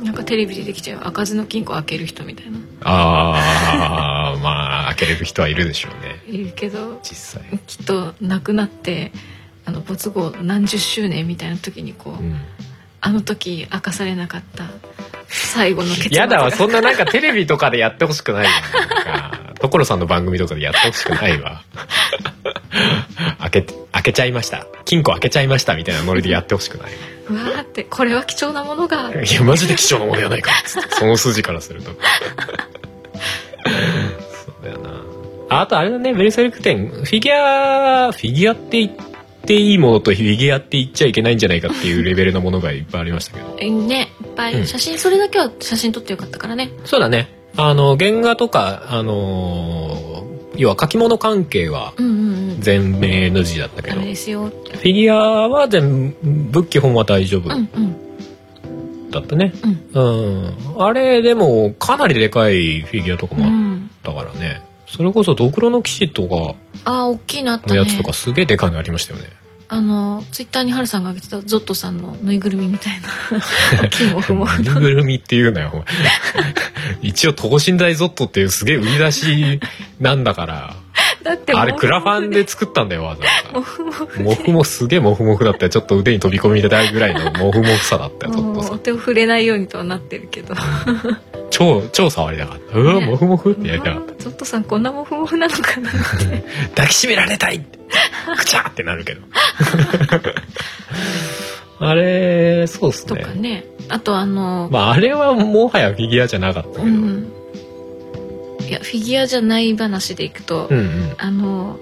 [SPEAKER 2] な
[SPEAKER 3] なんかテレビでできちゃう開かずの金庫開ける人みたいな
[SPEAKER 2] あーまあ開けれる人はいるでしょうね
[SPEAKER 3] いるけど
[SPEAKER 2] 実際、
[SPEAKER 3] きっと亡くなってあの没後何十周年みたいな時にこう、
[SPEAKER 2] うん
[SPEAKER 3] あの時明かされなかった最後の結末
[SPEAKER 2] やだわ、
[SPEAKER 3] が
[SPEAKER 2] そんななんかテレビとかでやってほしくないわ。なんか所さんの番組とかでやってほしくないわ。開け、開けちゃいました。金庫開けちゃいましたみたいなノリでやってほしくない。
[SPEAKER 3] うわーってこれは貴重なものが
[SPEAKER 2] いや、マジで貴重なものやないか。つってその筋からすると。そうだよな。あとあれだね、ベルセルク展。フィギュア、フィギュアって言っていいものとフィギュアって言っちゃいけないんじゃないかっていうレベルのものがいっぱいありましたけど。
[SPEAKER 3] えねいっぱ
[SPEAKER 2] うん
[SPEAKER 3] い写真、それだけは写真撮ってよかったからね
[SPEAKER 2] そうだね。あの、原画とか、あのー要は書き物関係は
[SPEAKER 3] うんうんうん
[SPEAKER 2] 全面 NG だったけ
[SPEAKER 3] ダ
[SPEAKER 2] ど、
[SPEAKER 3] メ
[SPEAKER 2] フ
[SPEAKER 3] ですよって
[SPEAKER 2] ィギュアは全部、基本は大丈夫
[SPEAKER 3] うんうん
[SPEAKER 2] だったね。
[SPEAKER 3] うん
[SPEAKER 2] うん。あれ、でも、かなりでかいフィギュアとか
[SPEAKER 3] う
[SPEAKER 2] もあっ
[SPEAKER 3] ん
[SPEAKER 2] たからね。それこそ、ドクロの騎士とか
[SPEAKER 3] あー大きいなあった
[SPEAKER 2] の
[SPEAKER 3] ね
[SPEAKER 2] やつとか、すげえでかいのありましたよね。
[SPEAKER 3] あのツイッターにハルさんが上げてたゾットさんのぬいぐるみみた いな大きいもふもふ
[SPEAKER 2] ぬいぐるみっていうなよ、お前一応、東神大ゾットっていうすげえ売り出しなんだから、
[SPEAKER 3] だって
[SPEAKER 2] あれ、クラファンで作ったんだよ、わざわざ。モフもすげえモフモフだったよちょっと腕に飛び込み入れたぐらいのモフモフさだったよちょっと
[SPEAKER 3] もう
[SPEAKER 2] さ
[SPEAKER 3] お手を触れないようにとはなってるけど
[SPEAKER 2] 超超触りたかったうわ
[SPEAKER 3] ね
[SPEAKER 2] モフモフってやりたかっ
[SPEAKER 3] ゾットさんこんなもふもふなのかなって
[SPEAKER 2] た抱きしめられたいくちゃってなるけどあれそうっす
[SPEAKER 3] と
[SPEAKER 2] ね
[SPEAKER 3] かねあとあの、
[SPEAKER 2] まああれはもはやフィギュアじゃなかったけど、
[SPEAKER 3] う
[SPEAKER 2] うん、
[SPEAKER 3] んいやフィギュアじゃない話でいくと、
[SPEAKER 2] うん
[SPEAKER 3] あの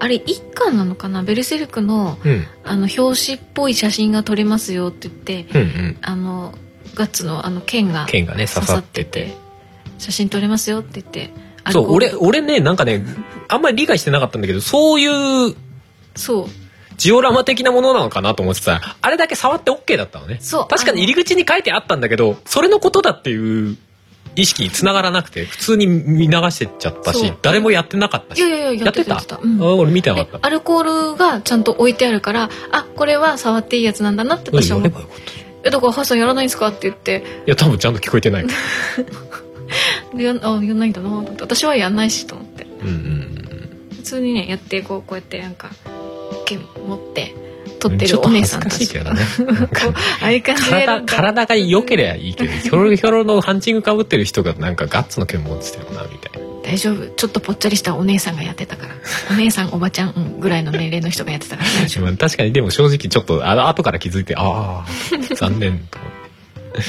[SPEAKER 3] あれ一巻なのかなベルセルクの
[SPEAKER 2] うんうん
[SPEAKER 3] あの表紙っぽい写真が撮れますよって言って
[SPEAKER 2] うんうん
[SPEAKER 3] あのガッツのあの剣が
[SPEAKER 2] 剣がね刺さってて
[SPEAKER 3] 写真撮れますよって言ってあれ
[SPEAKER 2] そう
[SPEAKER 3] こ
[SPEAKER 2] 俺俺ねなんかねあんまり理解してなかったんだけどそういう
[SPEAKER 3] そう
[SPEAKER 2] ジオラマ的なものなのかなと思ってたあれだけ触って OK だったのね
[SPEAKER 3] そう
[SPEAKER 2] 確かに入り口に書いてあったんだけどそれのことだっていう意識につながらなくて普通に見流してっちゃった
[SPEAKER 3] そ
[SPEAKER 2] し
[SPEAKER 3] う
[SPEAKER 2] 誰もやってなかった
[SPEAKER 3] い
[SPEAKER 2] し
[SPEAKER 3] やいやいや
[SPEAKER 2] やってた
[SPEAKER 3] やってたうん
[SPEAKER 2] あ俺見てなか
[SPEAKER 3] で
[SPEAKER 2] った
[SPEAKER 3] アルコールがちゃんと置いてあるからあこれは触っていいやつなんだなって
[SPEAKER 2] 何
[SPEAKER 3] 私は
[SPEAKER 2] や
[SPEAKER 3] 思
[SPEAKER 2] れ
[SPEAKER 3] っ
[SPEAKER 2] ばよかったい
[SPEAKER 3] えだからハルさんやらないんですかって言って
[SPEAKER 2] や多分ちゃんと聞こえて ない
[SPEAKER 3] やんあやんないんだなと思って私はやんないしと思って
[SPEAKER 2] うんうん
[SPEAKER 3] 普通にねやってこうこうやってなんか剣持って
[SPEAKER 2] う
[SPEAKER 3] 撮っ
[SPEAKER 2] ん
[SPEAKER 3] て
[SPEAKER 2] ちょ
[SPEAKER 3] る
[SPEAKER 2] っ
[SPEAKER 3] お
[SPEAKER 2] と
[SPEAKER 3] 姉
[SPEAKER 2] 恥
[SPEAKER 3] さ
[SPEAKER 2] ずか
[SPEAKER 3] んた
[SPEAKER 2] しい
[SPEAKER 3] ち
[SPEAKER 2] け
[SPEAKER 3] と
[SPEAKER 2] ど
[SPEAKER 3] か
[SPEAKER 2] ね
[SPEAKER 3] ああいう感じで
[SPEAKER 2] 体体が良けりゃいいけどひょろひょろのハンチングかぶってる人がなんかガッツの剣持ってたよなみた いな
[SPEAKER 3] 大丈夫ちょっとぽっちゃりしたお姉さんがやって たからお姉さんおばちゃん、うんぐらいの年齢の人がやってたから大丈
[SPEAKER 2] まあ確かにでも正直ちょっとあの後から気づいてああ 残念と思って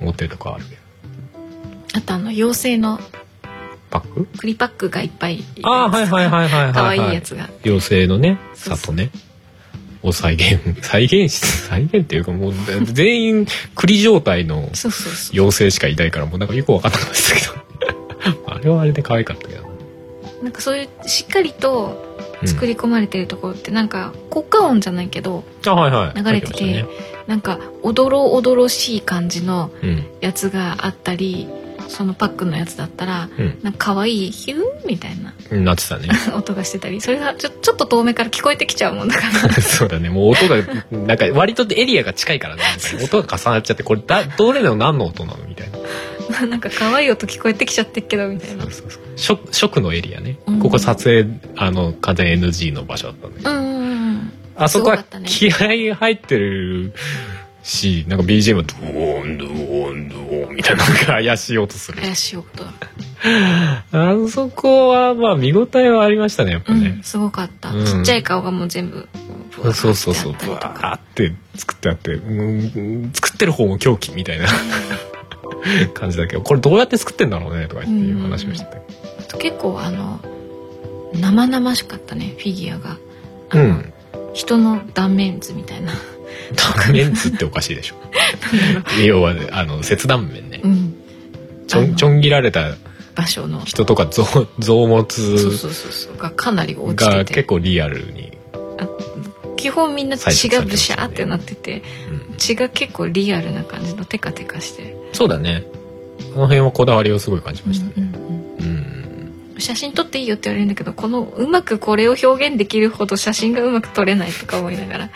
[SPEAKER 2] 思ってるとこあるけど
[SPEAKER 3] 夫あとあの妖精の
[SPEAKER 2] パック
[SPEAKER 3] クリパックがいっぱいいる
[SPEAKER 2] ああはいはいはいはいはい、はい、
[SPEAKER 3] 可愛いやつが
[SPEAKER 2] 妖精のね
[SPEAKER 3] そう
[SPEAKER 2] 里
[SPEAKER 3] そう
[SPEAKER 2] ねを再現 再現し再現っていうかもう全員栗状態の
[SPEAKER 3] そうそうそう
[SPEAKER 2] 妖精しかいないからもうなんかよく分かんなかったですけど あれはあれで可愛かったけどな、
[SPEAKER 3] なんかそういうしっかりと
[SPEAKER 2] うん
[SPEAKER 3] 作り込まれてるところってなんか効果音じゃないけど
[SPEAKER 2] あはいはい
[SPEAKER 3] 流れてて
[SPEAKER 2] 入っまし
[SPEAKER 3] なんかおどろおどろしい感じの
[SPEAKER 2] たね
[SPEAKER 3] やつがあったりそのパックのやつだったら、
[SPEAKER 2] うん
[SPEAKER 3] なんか可愛いヒューンみたいな
[SPEAKER 2] なってたね
[SPEAKER 3] 音がしてたりそれがちょちょっと遠目から聞こえてきちゃうもんだから
[SPEAKER 2] そうだねもう音がなんか割とエリアが近いからね音が重なっちゃってこれだどれの何の音なのみたいな
[SPEAKER 3] なんか可愛い音聞こえてきちゃってっけどみたいな
[SPEAKER 2] そう。そうそうショショックのエリアね、
[SPEAKER 3] うん
[SPEAKER 2] ここ撮影あの完全 NG の場所だったんだけど、
[SPEAKER 3] うんうんうん。
[SPEAKER 2] あそこ
[SPEAKER 3] す
[SPEAKER 2] は
[SPEAKER 3] ごかったね
[SPEAKER 2] 気合入ってるしなんか BGM はドーンドーンドーンみたいななんか怪しい音する
[SPEAKER 3] 怪しい音だ。
[SPEAKER 2] あそこはまあ見応えはありましたねやっぱ
[SPEAKER 3] うん
[SPEAKER 2] ね、、
[SPEAKER 3] すごかった、
[SPEAKER 2] うん
[SPEAKER 3] ちっちゃい顔がもう全部。ブワーって
[SPEAKER 2] そうそうそう
[SPEAKER 3] あっ
[SPEAKER 2] ブ
[SPEAKER 3] たり
[SPEAKER 2] ワ
[SPEAKER 3] とか
[SPEAKER 2] ーって作ってあって、うん、作ってる方も狂気みたい な感じだけどこれどうやって作ってんだろうねとかっていう話をしてたけど
[SPEAKER 3] あと結構あの。生々しかったね、フィギュアが。
[SPEAKER 2] う
[SPEAKER 3] あの
[SPEAKER 2] ん
[SPEAKER 3] 人の断面図みたいな。
[SPEAKER 2] 断面図っておかしいでしょ要はねあの切断面ね
[SPEAKER 3] うん。
[SPEAKER 2] ちょ
[SPEAKER 3] あの
[SPEAKER 2] んちょん切られた
[SPEAKER 3] 場所の。
[SPEAKER 2] 人とか臓臓物
[SPEAKER 3] そうそうそうそう、がかなり落ち
[SPEAKER 2] が
[SPEAKER 3] てて
[SPEAKER 2] 結。構リアルに、
[SPEAKER 3] 基本みんな血がブシャーってなってて、
[SPEAKER 2] うん
[SPEAKER 3] 血が結構リアルな感じのテカテカしてる。
[SPEAKER 2] そうだねこの辺はこだわりをすごい感じましたね
[SPEAKER 3] うんうんうん
[SPEAKER 2] うん、
[SPEAKER 3] 写真撮っていいよって言われるんだけどこのうまくこれを表現できるほど写真がうまく撮れないとか思いながら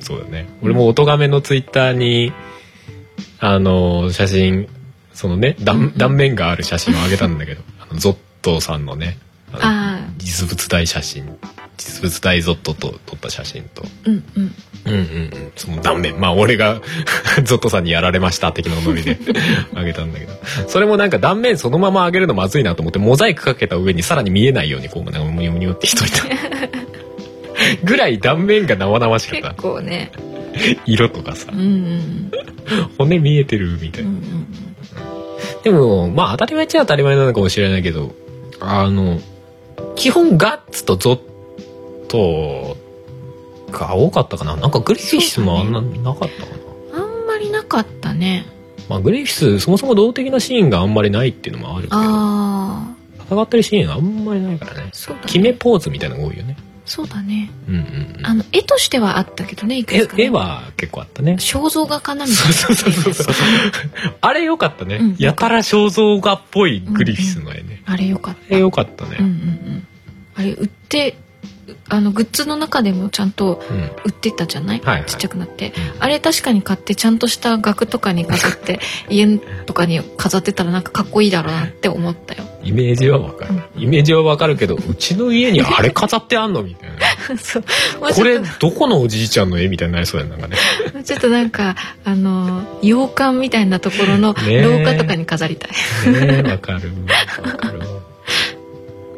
[SPEAKER 2] そうだね俺も音がめのツイッターにあの写真そのね
[SPEAKER 3] うんう
[SPEAKER 2] 断
[SPEAKER 3] ん
[SPEAKER 2] 断面がある写真をあげたんだけどあのゾットさんのねあの
[SPEAKER 3] あ
[SPEAKER 2] 実物大写真実物大ゾットと撮った写真と
[SPEAKER 3] あうんうん
[SPEAKER 2] うんうんうん、その断面。まあ俺が、 ゾットさんにやられました的なノリ であげたんだけど。それもなんか断面そのまま上げるのまずいなと思って、モザイクかけた上にさらに見えないようにこう、なんかムニョムニョってしといた。 ぐらい断面が生々しか
[SPEAKER 3] 結
[SPEAKER 2] った。
[SPEAKER 3] 構ね
[SPEAKER 2] 色とかさ
[SPEAKER 3] うん、うん
[SPEAKER 2] 骨見えてるみた
[SPEAKER 3] う
[SPEAKER 2] い
[SPEAKER 3] ん
[SPEAKER 2] な。
[SPEAKER 3] うん
[SPEAKER 2] でも、まあ当たり前っちゃ当たり前なのかもしれないけど、あの、基本ガッツとゾットが多かったかな。なんかグリフィッシュもあんな、なかったかな。
[SPEAKER 3] あんまりなかったね
[SPEAKER 2] まあ、グリフィスそもそも動的なシーンがあんまりないっていうのもあるけど
[SPEAKER 3] ああ
[SPEAKER 2] 戦ってるシーンがあんまりないからね
[SPEAKER 3] そうだね
[SPEAKER 2] 決めポーズみたいなのが多いよね
[SPEAKER 3] そうだね
[SPEAKER 2] うんうん、うん、
[SPEAKER 3] あの絵としてはあったけどねいく
[SPEAKER 2] 絵
[SPEAKER 3] つかね
[SPEAKER 2] 絵は結構あったね
[SPEAKER 3] 肖像画かなみたい
[SPEAKER 2] そう
[SPEAKER 3] な
[SPEAKER 2] そうそうそうそうあれ良かったね、
[SPEAKER 3] うん
[SPEAKER 2] やたら肖像画っぽいグリフィスの絵ね、
[SPEAKER 3] あれよかっ
[SPEAKER 2] あ
[SPEAKER 3] た
[SPEAKER 2] れ
[SPEAKER 3] うん
[SPEAKER 2] 良かった
[SPEAKER 3] うんう
[SPEAKER 2] ね
[SPEAKER 3] んあれ売ってあのグッズの中でもちゃんと
[SPEAKER 2] うん、
[SPEAKER 3] 売ってたじゃない、
[SPEAKER 2] はいはい
[SPEAKER 3] ちっちゃくなってあれ確かに買ってちゃんとした額とかに飾って家とかに飾ってたらなんかかっこいいだろうなって 思ったよ
[SPEAKER 2] イメージはわかるイメージはわかるけどうちの家にあれ飾ってあんのみ たいな
[SPEAKER 3] そうもうち
[SPEAKER 2] これ
[SPEAKER 3] ょっ
[SPEAKER 2] どこのおじいちゃんの絵みたいになりそうやんなんかね
[SPEAKER 3] ともうちょっとなんかあの洋館みたいなところの
[SPEAKER 2] ねえ
[SPEAKER 3] 廊下とかに飾りたい、
[SPEAKER 2] ねえわかるわかる わ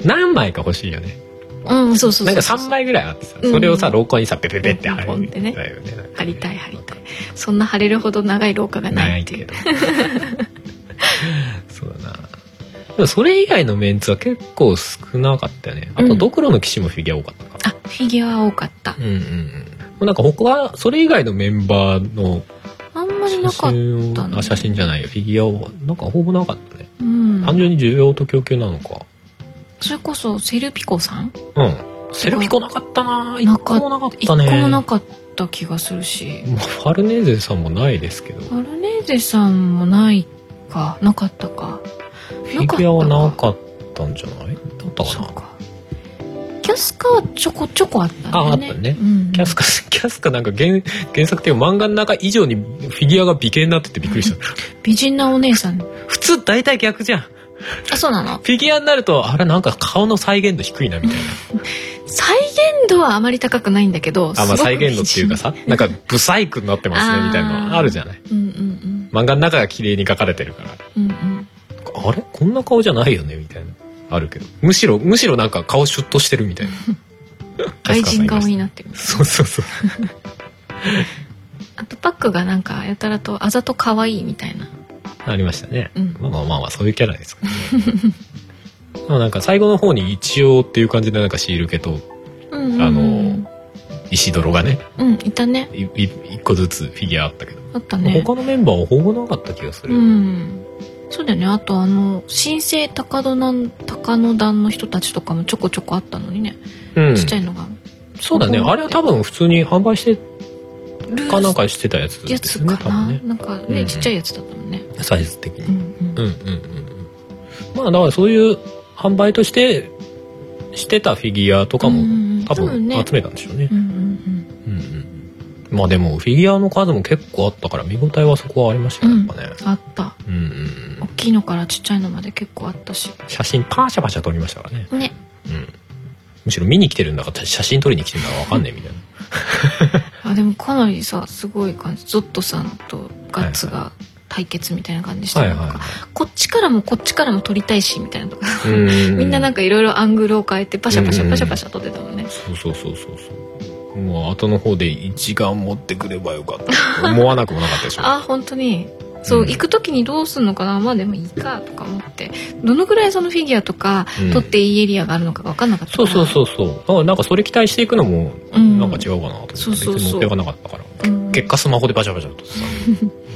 [SPEAKER 2] 何枚か欲しいよね
[SPEAKER 3] うんそうそう
[SPEAKER 2] な
[SPEAKER 3] そ
[SPEAKER 2] ん
[SPEAKER 3] う
[SPEAKER 2] か3枚ぐらいあってさ、
[SPEAKER 3] うん
[SPEAKER 2] それをさ廊下にさペペペって貼
[SPEAKER 3] ポン
[SPEAKER 2] る
[SPEAKER 3] ポンってね
[SPEAKER 2] だよね
[SPEAKER 3] 貼りたい貼りたいそんな貼れるほど長い廊下が
[SPEAKER 2] な
[SPEAKER 3] ない
[SPEAKER 2] い
[SPEAKER 3] ってい
[SPEAKER 2] け
[SPEAKER 3] う
[SPEAKER 2] ど そうだなでもそれ以外のメンツは結構少なかったよねあ
[SPEAKER 3] う
[SPEAKER 2] と
[SPEAKER 3] ん
[SPEAKER 2] ドクロの騎士もフィギュア多かったか
[SPEAKER 3] あフィギュアは多かった
[SPEAKER 2] うんうんうんもうなんか他はそれ以外のメンバーの
[SPEAKER 3] あんまりな
[SPEAKER 2] 写
[SPEAKER 3] かった
[SPEAKER 2] 真
[SPEAKER 3] な
[SPEAKER 2] をあ写真じゃないよフィギュアをなんかほぼなかったね、
[SPEAKER 3] うん
[SPEAKER 2] 単純に需要と供給なのか
[SPEAKER 3] それこそセルピコさん
[SPEAKER 2] うんセルピコなかったな一
[SPEAKER 3] なか
[SPEAKER 2] 個
[SPEAKER 3] っ
[SPEAKER 2] もなかっ
[SPEAKER 3] 一
[SPEAKER 2] た
[SPEAKER 3] 個
[SPEAKER 2] ね
[SPEAKER 3] もなかった気がするし
[SPEAKER 2] まあファルネーゼさんもないですけど
[SPEAKER 3] マルネーゼさんもないかなかったか
[SPEAKER 2] フィギュアはなかったんじゃないだったか
[SPEAKER 3] そう
[SPEAKER 2] な
[SPEAKER 3] かキャスカはちょこちょこあったんだよね
[SPEAKER 2] ああったね
[SPEAKER 3] うん、
[SPEAKER 2] キャスカ、キャスカなんか原原作っていうか漫画の中以上にフィギュアが美形になっててびっくりした。
[SPEAKER 3] 美人なお姉さん
[SPEAKER 2] 普通大体逆じゃん。フ
[SPEAKER 3] あそうなの
[SPEAKER 2] ィギュアになると、あれなんか顔の再現度低いな みたい
[SPEAKER 3] 再現度はあまり高くないんだけど
[SPEAKER 2] な。あ、まあ
[SPEAKER 3] すご
[SPEAKER 2] 再
[SPEAKER 3] く
[SPEAKER 2] 現度っていうかさ、なんかブサイクになってます
[SPEAKER 3] あ ー
[SPEAKER 2] ねみたいなのあるじゃない。
[SPEAKER 3] 美人うんうん
[SPEAKER 2] 漫画の中が綺麗に描かれてるから。
[SPEAKER 3] うんうん
[SPEAKER 2] あれこんな顔じゃないよねみたいな。あるけど。むしろ、むしろなんか顔シュッとしてるみたいな。
[SPEAKER 3] 愛人顔にな
[SPEAKER 2] って
[SPEAKER 3] ってる
[SPEAKER 2] そうそうそう。
[SPEAKER 3] あとパックがなんかやたらとあざと可愛いみたいな
[SPEAKER 2] ありましたね。
[SPEAKER 3] うん
[SPEAKER 2] まあまあまあまあそういうキャラですからね まあなんか最後の方に一応っていう感じでなんかシール系と
[SPEAKER 3] うんうんうん
[SPEAKER 2] あの石泥がね
[SPEAKER 3] うんいたね
[SPEAKER 2] いい一個ずつフィギュアあったけど、
[SPEAKER 3] あったね
[SPEAKER 2] 他のメンバーはほぼなかった気がする、
[SPEAKER 3] うんそうだよねあとあの新生高戸なん高野団の人たちとかもちょこちょこあったのにね、
[SPEAKER 2] うん
[SPEAKER 3] ちっちゃいのが
[SPEAKER 2] そうだねあれは多分普通に販売して
[SPEAKER 3] ルー
[SPEAKER 2] かなん
[SPEAKER 3] ル
[SPEAKER 2] かしてたやつ
[SPEAKER 3] や
[SPEAKER 2] で
[SPEAKER 3] つ
[SPEAKER 2] すね
[SPEAKER 3] か
[SPEAKER 2] 多
[SPEAKER 3] な、
[SPEAKER 2] 分ね
[SPEAKER 3] なんか
[SPEAKER 2] う
[SPEAKER 3] ね
[SPEAKER 2] ん
[SPEAKER 3] ちっちゃいやつだったもんね、
[SPEAKER 2] サイズ的
[SPEAKER 3] うん
[SPEAKER 2] にう
[SPEAKER 3] う
[SPEAKER 2] んんうんうんうんまあだからそういう販売としてしてたフィギュアとか
[SPEAKER 3] うんうんう
[SPEAKER 2] も
[SPEAKER 3] ん
[SPEAKER 2] 多
[SPEAKER 3] 多分
[SPEAKER 2] 分
[SPEAKER 3] ね
[SPEAKER 2] 集めたんでしょうね
[SPEAKER 3] うんうん
[SPEAKER 2] うんうんまあでもフィギュアの数も結構あったから見応えはそこはありました
[SPEAKER 3] う
[SPEAKER 2] ね
[SPEAKER 3] ん
[SPEAKER 2] やっぱね
[SPEAKER 3] うんあった
[SPEAKER 2] うんうんうん
[SPEAKER 3] 大きいのからちっちゃいのまで結構あったし
[SPEAKER 2] 写真パシャパシャ撮りましたからね
[SPEAKER 3] ね
[SPEAKER 2] うんむしろ見に来てるんだから写真撮りに来てるんだからわかんねえみたいな
[SPEAKER 3] あでもかなりさすごい感じゾットさんとガッツが対決みたいな感じして、
[SPEAKER 2] はい
[SPEAKER 3] なん
[SPEAKER 2] は
[SPEAKER 3] かこっちからもこっちからも撮りたいしみたいなとか、
[SPEAKER 2] いうん
[SPEAKER 3] みんななんかいろいろアングルを変えてパシャパシ
[SPEAKER 2] うんう
[SPEAKER 3] ャ
[SPEAKER 2] んう
[SPEAKER 3] パ
[SPEAKER 2] ん
[SPEAKER 3] シャパシャ撮ってたもんね、
[SPEAKER 2] そうそうそうそうそうもう後の方で一眼持ってくればよかったと思わなくもなかったでしょ
[SPEAKER 3] あ本当にそう、
[SPEAKER 2] うん
[SPEAKER 3] 行く時にどうすんのかなまあでもいいかとか思ってどのぐらいそのフィギュアとか、
[SPEAKER 2] うん
[SPEAKER 3] 撮っていいエリアがあるのかが分かんなかったか
[SPEAKER 2] そう
[SPEAKER 3] ら
[SPEAKER 2] そうそうそうあなんかそれ期待していくのも
[SPEAKER 3] うん
[SPEAKER 2] なんか違うかなと思って、
[SPEAKER 3] そうそうそう
[SPEAKER 2] 別に持っていかなかったから、
[SPEAKER 3] うん
[SPEAKER 2] 結果スマホでバシャバシャとさ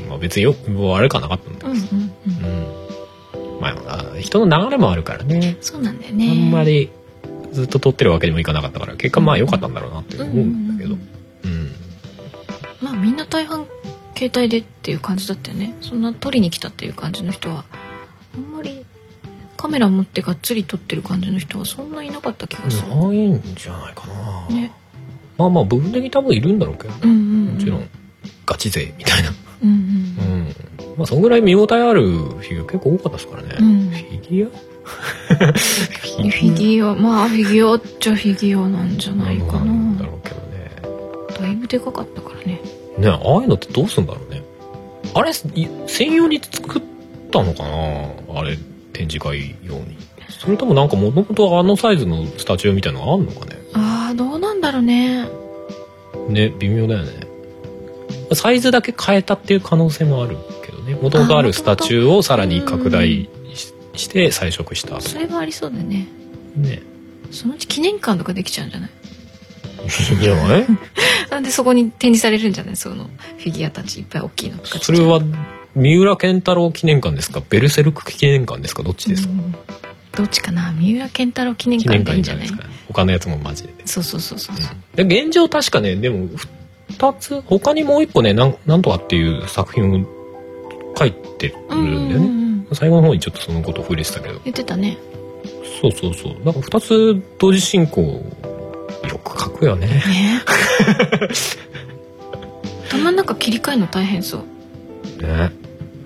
[SPEAKER 2] まあ別によもうあれかなかったんだ
[SPEAKER 3] うんうんう
[SPEAKER 2] う
[SPEAKER 3] ん
[SPEAKER 2] んまああ人の流れもあるからね
[SPEAKER 3] そうなんだよ
[SPEAKER 2] あ
[SPEAKER 3] ね
[SPEAKER 2] んまりずっと撮ってるわけにもいかなかったから結果まあ良かったんだろうなって思うんだけど
[SPEAKER 3] うんうん
[SPEAKER 2] うん
[SPEAKER 3] まあみんな大半携帯でっていう感じだったよねそんな撮りに来たっていう感じの人はあんまりカメラ持ってがっつり撮ってる感じの人はそんないなかった気がする、
[SPEAKER 2] ないんじゃないかな、
[SPEAKER 3] ね
[SPEAKER 2] まあまあ部分的に多分いるんだろうけどね
[SPEAKER 3] うんうんうん
[SPEAKER 2] もちろんガチ勢みたいな
[SPEAKER 3] うん
[SPEAKER 2] うんまあそんぐらい見応えあるフィギュア結構多かったですからね、
[SPEAKER 3] うんうん
[SPEAKER 2] フィギュ
[SPEAKER 3] フ
[SPEAKER 2] ア
[SPEAKER 3] ィギュアまあフィギュアっちゃフィギュアなんじゃないか
[SPEAKER 2] な
[SPEAKER 3] なん
[SPEAKER 2] だろうけどね
[SPEAKER 3] だいぶでかかったからね
[SPEAKER 2] ねああいうのってどうすんだろうねあれい専用に作ったのかなあれ展示会用にそれともなんかもともとあのサイズのスタジオみたいなのあんのかね
[SPEAKER 3] ああどうなんだろうね
[SPEAKER 2] ね微妙だよねサイズだけ変えたっていう可能性もあるけどねもともとあるスタチューをさらに拡大しして彩色した
[SPEAKER 3] それはありそうだよね
[SPEAKER 2] ね
[SPEAKER 3] そのうち記念館とかできちゃうんじゃない
[SPEAKER 2] いいんじゃない
[SPEAKER 3] なんでそこに展示されるんじゃないそのフィギュアたちいっぱい大きいのとかちっち
[SPEAKER 2] そ
[SPEAKER 3] ゃい
[SPEAKER 2] れ
[SPEAKER 3] の
[SPEAKER 2] は三浦健太郎記念館ですかベルセルク記念館ですかどっちですか、
[SPEAKER 3] うんどっちかな三浦健太郎記念
[SPEAKER 2] 記
[SPEAKER 3] 館
[SPEAKER 2] 念
[SPEAKER 3] でい
[SPEAKER 2] 館
[SPEAKER 3] い
[SPEAKER 2] いいん
[SPEAKER 3] んじ
[SPEAKER 2] じゃ
[SPEAKER 3] ゃな
[SPEAKER 2] ない
[SPEAKER 3] い
[SPEAKER 2] ですか他のやつもマジで
[SPEAKER 3] そうそうそうそう、
[SPEAKER 2] で現状確かねでも2つ他にもう一個ねなんなんとかっていう作品を書いてるんだ
[SPEAKER 3] う
[SPEAKER 2] よ
[SPEAKER 3] ん
[SPEAKER 2] ね、
[SPEAKER 3] うんうん
[SPEAKER 2] 最後の方にちょっとそのこと触れてたけど
[SPEAKER 3] 言ってた ね
[SPEAKER 2] そうそうそうなんか2つ同時進行よく書くよね
[SPEAKER 3] ね頭の中切り替えるの大変そう
[SPEAKER 2] ね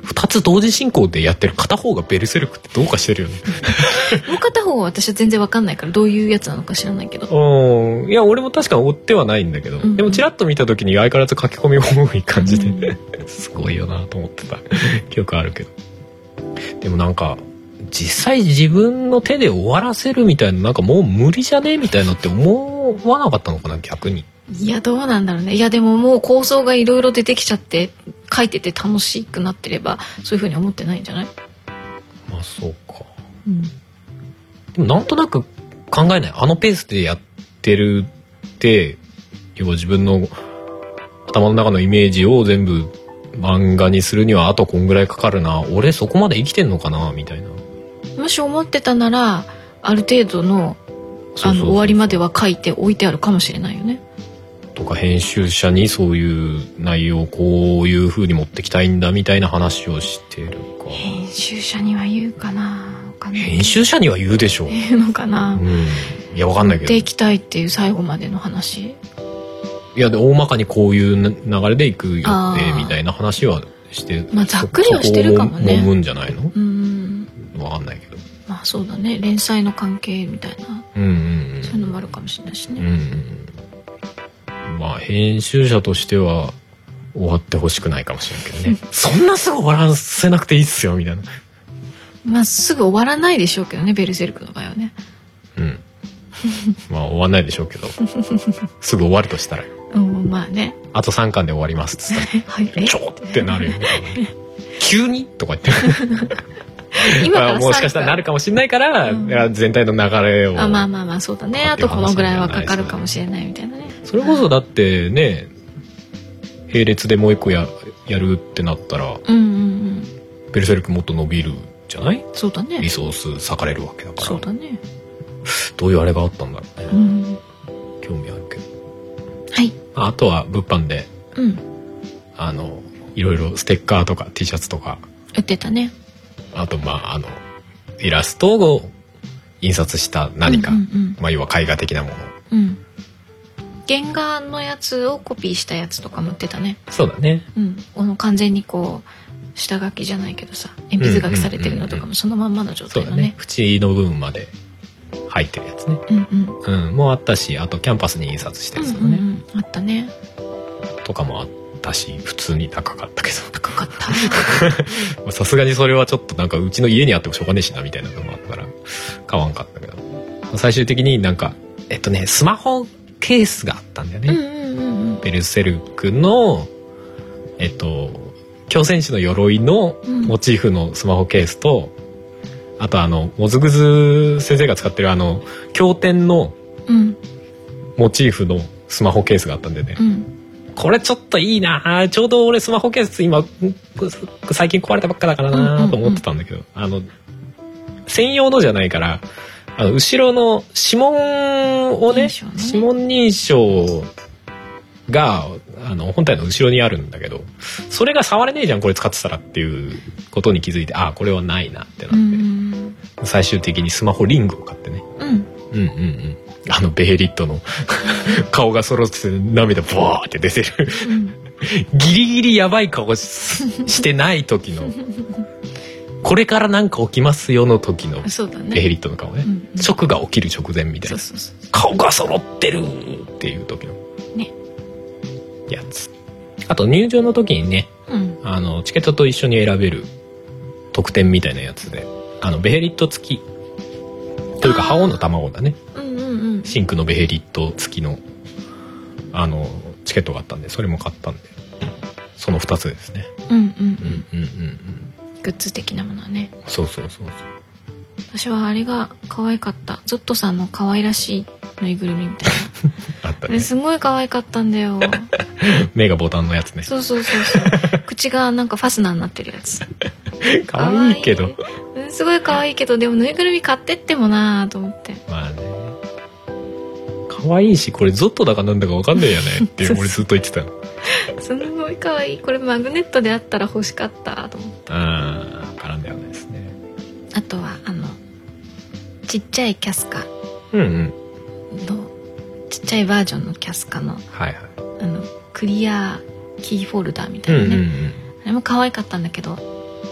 [SPEAKER 2] 2つ同時進行でやってる片方がベルセルクってどうかしてるよね
[SPEAKER 3] もう片方は私は全然わかんないからどういうやつなのか知らないけど
[SPEAKER 2] うんいや俺も確か追ってはないんだけど、
[SPEAKER 3] うんうん
[SPEAKER 2] でもチラッと見た時に相変わらず書き込み多い感じで、
[SPEAKER 3] う
[SPEAKER 2] すごいよなと思ってた 記憶あるけどでもなんか実際自分の手で終わらせるみたいななんかもう無理じゃねえみたいなって思わなかったのかな逆に
[SPEAKER 3] いやどうなんだろうねいやでももう構想がいろいろ出てきちゃって書いてて楽しくなってればそういうふうに思ってないんじゃない、
[SPEAKER 2] まあそうか
[SPEAKER 3] うん、
[SPEAKER 2] でもなんとなく考えないあのペースでやってるって要は自分の頭の中のイメージを全部漫画にするにはあとこんぐらいかかるな俺そこまで生きてんのかなみたいな
[SPEAKER 3] もし思ってたならある程度の
[SPEAKER 2] そうそう
[SPEAKER 3] あ
[SPEAKER 2] そう
[SPEAKER 3] の終わりまでは書いて置いてあるかもしれないよね
[SPEAKER 2] とか編集者にそういう内容をこういう風に持ってきたいんだみたいな話をしてるか
[SPEAKER 3] 編集者には言うかなわかんない
[SPEAKER 2] 編集者には言うでしょう、
[SPEAKER 3] 言うのかな、
[SPEAKER 2] うん、いやわかんないけど
[SPEAKER 3] でい
[SPEAKER 2] い
[SPEAKER 3] きたいっていう最後までの話
[SPEAKER 2] やで大まかにこういう流れで行く予
[SPEAKER 3] あ
[SPEAKER 2] 定
[SPEAKER 3] ー
[SPEAKER 2] みたいな話はして
[SPEAKER 3] まあざっくりはしてるかもね
[SPEAKER 2] そこを揉むんじゃないの
[SPEAKER 3] うーん
[SPEAKER 2] わかんないけど。
[SPEAKER 3] まあそうだね連載の関係みたいな
[SPEAKER 2] うんうん
[SPEAKER 3] そういうのもあるかもしれないし
[SPEAKER 2] うん。う
[SPEAKER 3] ね、
[SPEAKER 2] んうん。まあ、編集者としては、終わってほしくないかもしれんけどね。 そんなすぐ終わらせなくていいっすよ、みたいな。
[SPEAKER 3] まあすぐ終わらないでしょうけどねベルセルクの場合はね
[SPEAKER 2] うん。まあ、終わんないでしょうけど。すぐ終わるとしたら、
[SPEAKER 3] うんまあね
[SPEAKER 2] あと3巻で終わりますっつった
[SPEAKER 3] はいえ
[SPEAKER 2] ら、ちょってなるよ。急にとか言って。
[SPEAKER 3] 今から
[SPEAKER 2] まあ もしかしたらなるかもしれないから、
[SPEAKER 3] うん
[SPEAKER 2] いや全体の流れを。
[SPEAKER 3] あまあまあまあそうだねあ
[SPEAKER 2] ってい
[SPEAKER 3] と
[SPEAKER 2] う
[SPEAKER 3] こ
[SPEAKER 2] 話
[SPEAKER 3] のぐらいはかかるかもしれないみたいなね
[SPEAKER 2] それこそだってね、並列でもう一個ややるってなったら、
[SPEAKER 3] うんうんうん
[SPEAKER 2] ベルセルクもっと伸びるじゃない
[SPEAKER 3] そうだね
[SPEAKER 2] リソース割かれるわけだか
[SPEAKER 3] そう
[SPEAKER 2] ら
[SPEAKER 3] だね
[SPEAKER 2] どういうあれがあったんだろう
[SPEAKER 3] う
[SPEAKER 2] ね
[SPEAKER 3] ん
[SPEAKER 2] 興味あるけど
[SPEAKER 3] はい
[SPEAKER 2] ああとは物販で
[SPEAKER 3] うん
[SPEAKER 2] あのいろいろステッカーとか T シャツとか
[SPEAKER 3] 売ってたね
[SPEAKER 2] あとまああのイラストを印刷した何か、
[SPEAKER 3] うんうん
[SPEAKER 2] まあ、要は絵画的なもの
[SPEAKER 3] うん、うん原画のやつをコピーしたやつとかも売ってたね
[SPEAKER 2] そうだね
[SPEAKER 3] うんあの完全にこう下書きじゃないけどさ鉛筆書きされてるのとかもそのまんまの状
[SPEAKER 2] そう
[SPEAKER 3] 態
[SPEAKER 2] だ
[SPEAKER 3] の
[SPEAKER 2] ね
[SPEAKER 3] ね
[SPEAKER 2] 縁の部分まで入ってるやつね、
[SPEAKER 3] うんうん
[SPEAKER 2] うん、もうあったしあとキャンパスに印刷したやつと
[SPEAKER 3] う
[SPEAKER 2] か
[SPEAKER 3] んう
[SPEAKER 2] ね、
[SPEAKER 3] んうん、あったね
[SPEAKER 2] とかもあったし普通に高かったけど
[SPEAKER 3] 高かった
[SPEAKER 2] まあさすがにそれはちょっとなんかうちの家にあってもしょうがねえしなみたいなのもあったから買わんかったけどまあ最終的になんかえっとねスマホケースがあったんだよね、
[SPEAKER 3] うんうんうんうん
[SPEAKER 2] ベルセルクのえっと狂戦士の鎧の
[SPEAKER 3] うん
[SPEAKER 2] モチーフのスマホケースと、あとあのモズグズ先生が使ってるあの経典の
[SPEAKER 3] うん
[SPEAKER 2] モチーフのスマホケースがあったんでね、
[SPEAKER 3] うん
[SPEAKER 2] これちょっといいなあちょうど俺スマホケース今く最近壊れたばっかだから
[SPEAKER 3] うんうんう
[SPEAKER 2] なんと思ってたんだけど、あの専用のじゃないからあの後ろの指紋をね
[SPEAKER 3] 認証のね
[SPEAKER 2] 指紋認証があの本体の後ろにあるんだけどそれが触れねえじゃんこれ使ってたらっていうことに気づいてあこれはないなってなっ
[SPEAKER 3] う
[SPEAKER 2] て、
[SPEAKER 3] ん
[SPEAKER 2] 最終的にスマホリングを買ってね
[SPEAKER 3] うん
[SPEAKER 2] うんうんうんあのベイリットの 顔が揃ってて涙バーって出てる
[SPEAKER 3] うん
[SPEAKER 2] ギリギリやばい顔ししてない時のこれからなんか起きますよの時の
[SPEAKER 3] そうだね
[SPEAKER 2] ベヘリットの顔ね
[SPEAKER 3] うんうん
[SPEAKER 2] ショックが起きる直前みたい
[SPEAKER 3] そう
[SPEAKER 2] な
[SPEAKER 3] そうそう
[SPEAKER 2] 顔が揃ってるっていう時の
[SPEAKER 3] ね
[SPEAKER 2] やつあと入場の時にね
[SPEAKER 3] うん
[SPEAKER 2] あのチケットと一緒に選べる特典みたいなやつであのベヘリット付きというか
[SPEAKER 3] あー
[SPEAKER 2] 覇王の卵だね
[SPEAKER 3] うんうんうん
[SPEAKER 2] シンクのベヘリット付きのあのチケットがあったんでそれも買ったんでその2つですね
[SPEAKER 3] うんうんうん
[SPEAKER 2] うんうんうんうん
[SPEAKER 3] グッズ的なものはね
[SPEAKER 2] そうそうそうそう
[SPEAKER 3] 私はあれが可愛かったゾットさんの可愛らしいぬいぐるみみたい
[SPEAKER 2] あった
[SPEAKER 3] なあ
[SPEAKER 2] ね
[SPEAKER 3] れすごい可愛かったんだよ
[SPEAKER 2] 目がボタンのやつね
[SPEAKER 3] そうそうそうそう口がなんかファスナーになってるやつ
[SPEAKER 2] 可愛いけど
[SPEAKER 3] 可愛いうんすごい可愛いけどでもぬいぐるみ買ってってもなあと思って
[SPEAKER 2] まあね可愛いしこれゾットだかなんだか分かんないよねって
[SPEAKER 3] そうそう
[SPEAKER 2] 俺ずっと言ってたの
[SPEAKER 3] すごい可愛いこれマグネットであったら欲しかったと思って
[SPEAKER 2] ああ絡んではないですね
[SPEAKER 3] あとはあのちっちゃいキャスカ
[SPEAKER 2] うんうん
[SPEAKER 3] のちっちゃいバージョンのキャスカの
[SPEAKER 2] はいはい
[SPEAKER 3] あのクリアキーホルダーみ
[SPEAKER 2] う
[SPEAKER 3] た
[SPEAKER 2] ん
[SPEAKER 3] いなね、
[SPEAKER 2] うん
[SPEAKER 3] あれも可愛かったんだけど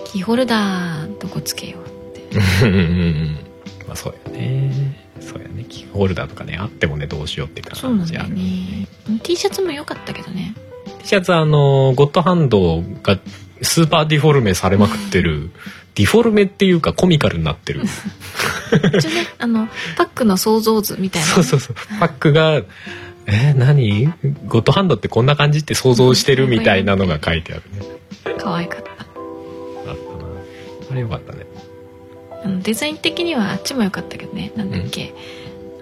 [SPEAKER 3] キーホルダーどこつけよ うって
[SPEAKER 2] うんうんうんうん まあそうやねそうやねキーホルダーとかねあってもねどうしようって
[SPEAKER 3] そうな
[SPEAKER 2] 感
[SPEAKER 3] ん
[SPEAKER 2] じ
[SPEAKER 3] だ
[SPEAKER 2] あ
[SPEAKER 3] よ
[SPEAKER 2] る
[SPEAKER 3] ね T シャツも良かったけどね
[SPEAKER 2] T シャツはあのゴッドハンドがスーパーディフォルメされまくってるディフォルメっていうかコミカルになってる
[SPEAKER 3] 一応ねあのパックの想像図みたいな
[SPEAKER 2] そうそうそうパックが「えー何ゴッドハンドってこんな感じ?」って想像してるみたいなのが書いてあるね
[SPEAKER 3] 可愛かった
[SPEAKER 2] あったなあれよかったね
[SPEAKER 3] あのデザイン的にはあっちも良かったけどねなんだっけ、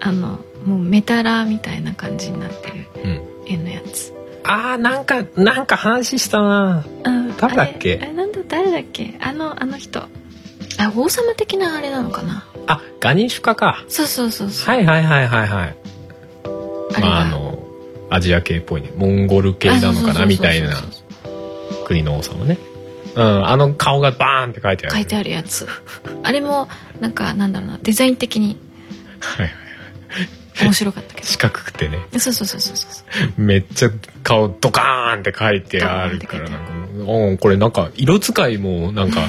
[SPEAKER 3] あのもうメタラみたいな感じになってる
[SPEAKER 2] うん
[SPEAKER 3] 絵のやつ
[SPEAKER 2] あーなんかなんか話したな
[SPEAKER 3] あ
[SPEAKER 2] 誰だっけ
[SPEAKER 3] あれあれなんだ誰だっけあのあの人あ王様的なあれなのかな
[SPEAKER 2] あガニシュカか
[SPEAKER 3] そうそうそうそう、
[SPEAKER 2] はいはいはいはいはい
[SPEAKER 3] あれ
[SPEAKER 2] ま
[SPEAKER 3] が
[SPEAKER 2] ああのアジア系っぽいねモンゴル系なのかなみたいな国の王様ねうんあの顔がバーンって書いてある
[SPEAKER 3] 書いてあるやつあれもなんかなんだろうなデザイン的に
[SPEAKER 2] はいはい
[SPEAKER 3] 面白 かったけ
[SPEAKER 2] 四角くてね
[SPEAKER 3] どそうそうそうそうそう
[SPEAKER 2] めっちゃ顔ドカーンって書いてあるから
[SPEAKER 3] ドカ
[SPEAKER 2] なんかうんこれなんか色使いもなん か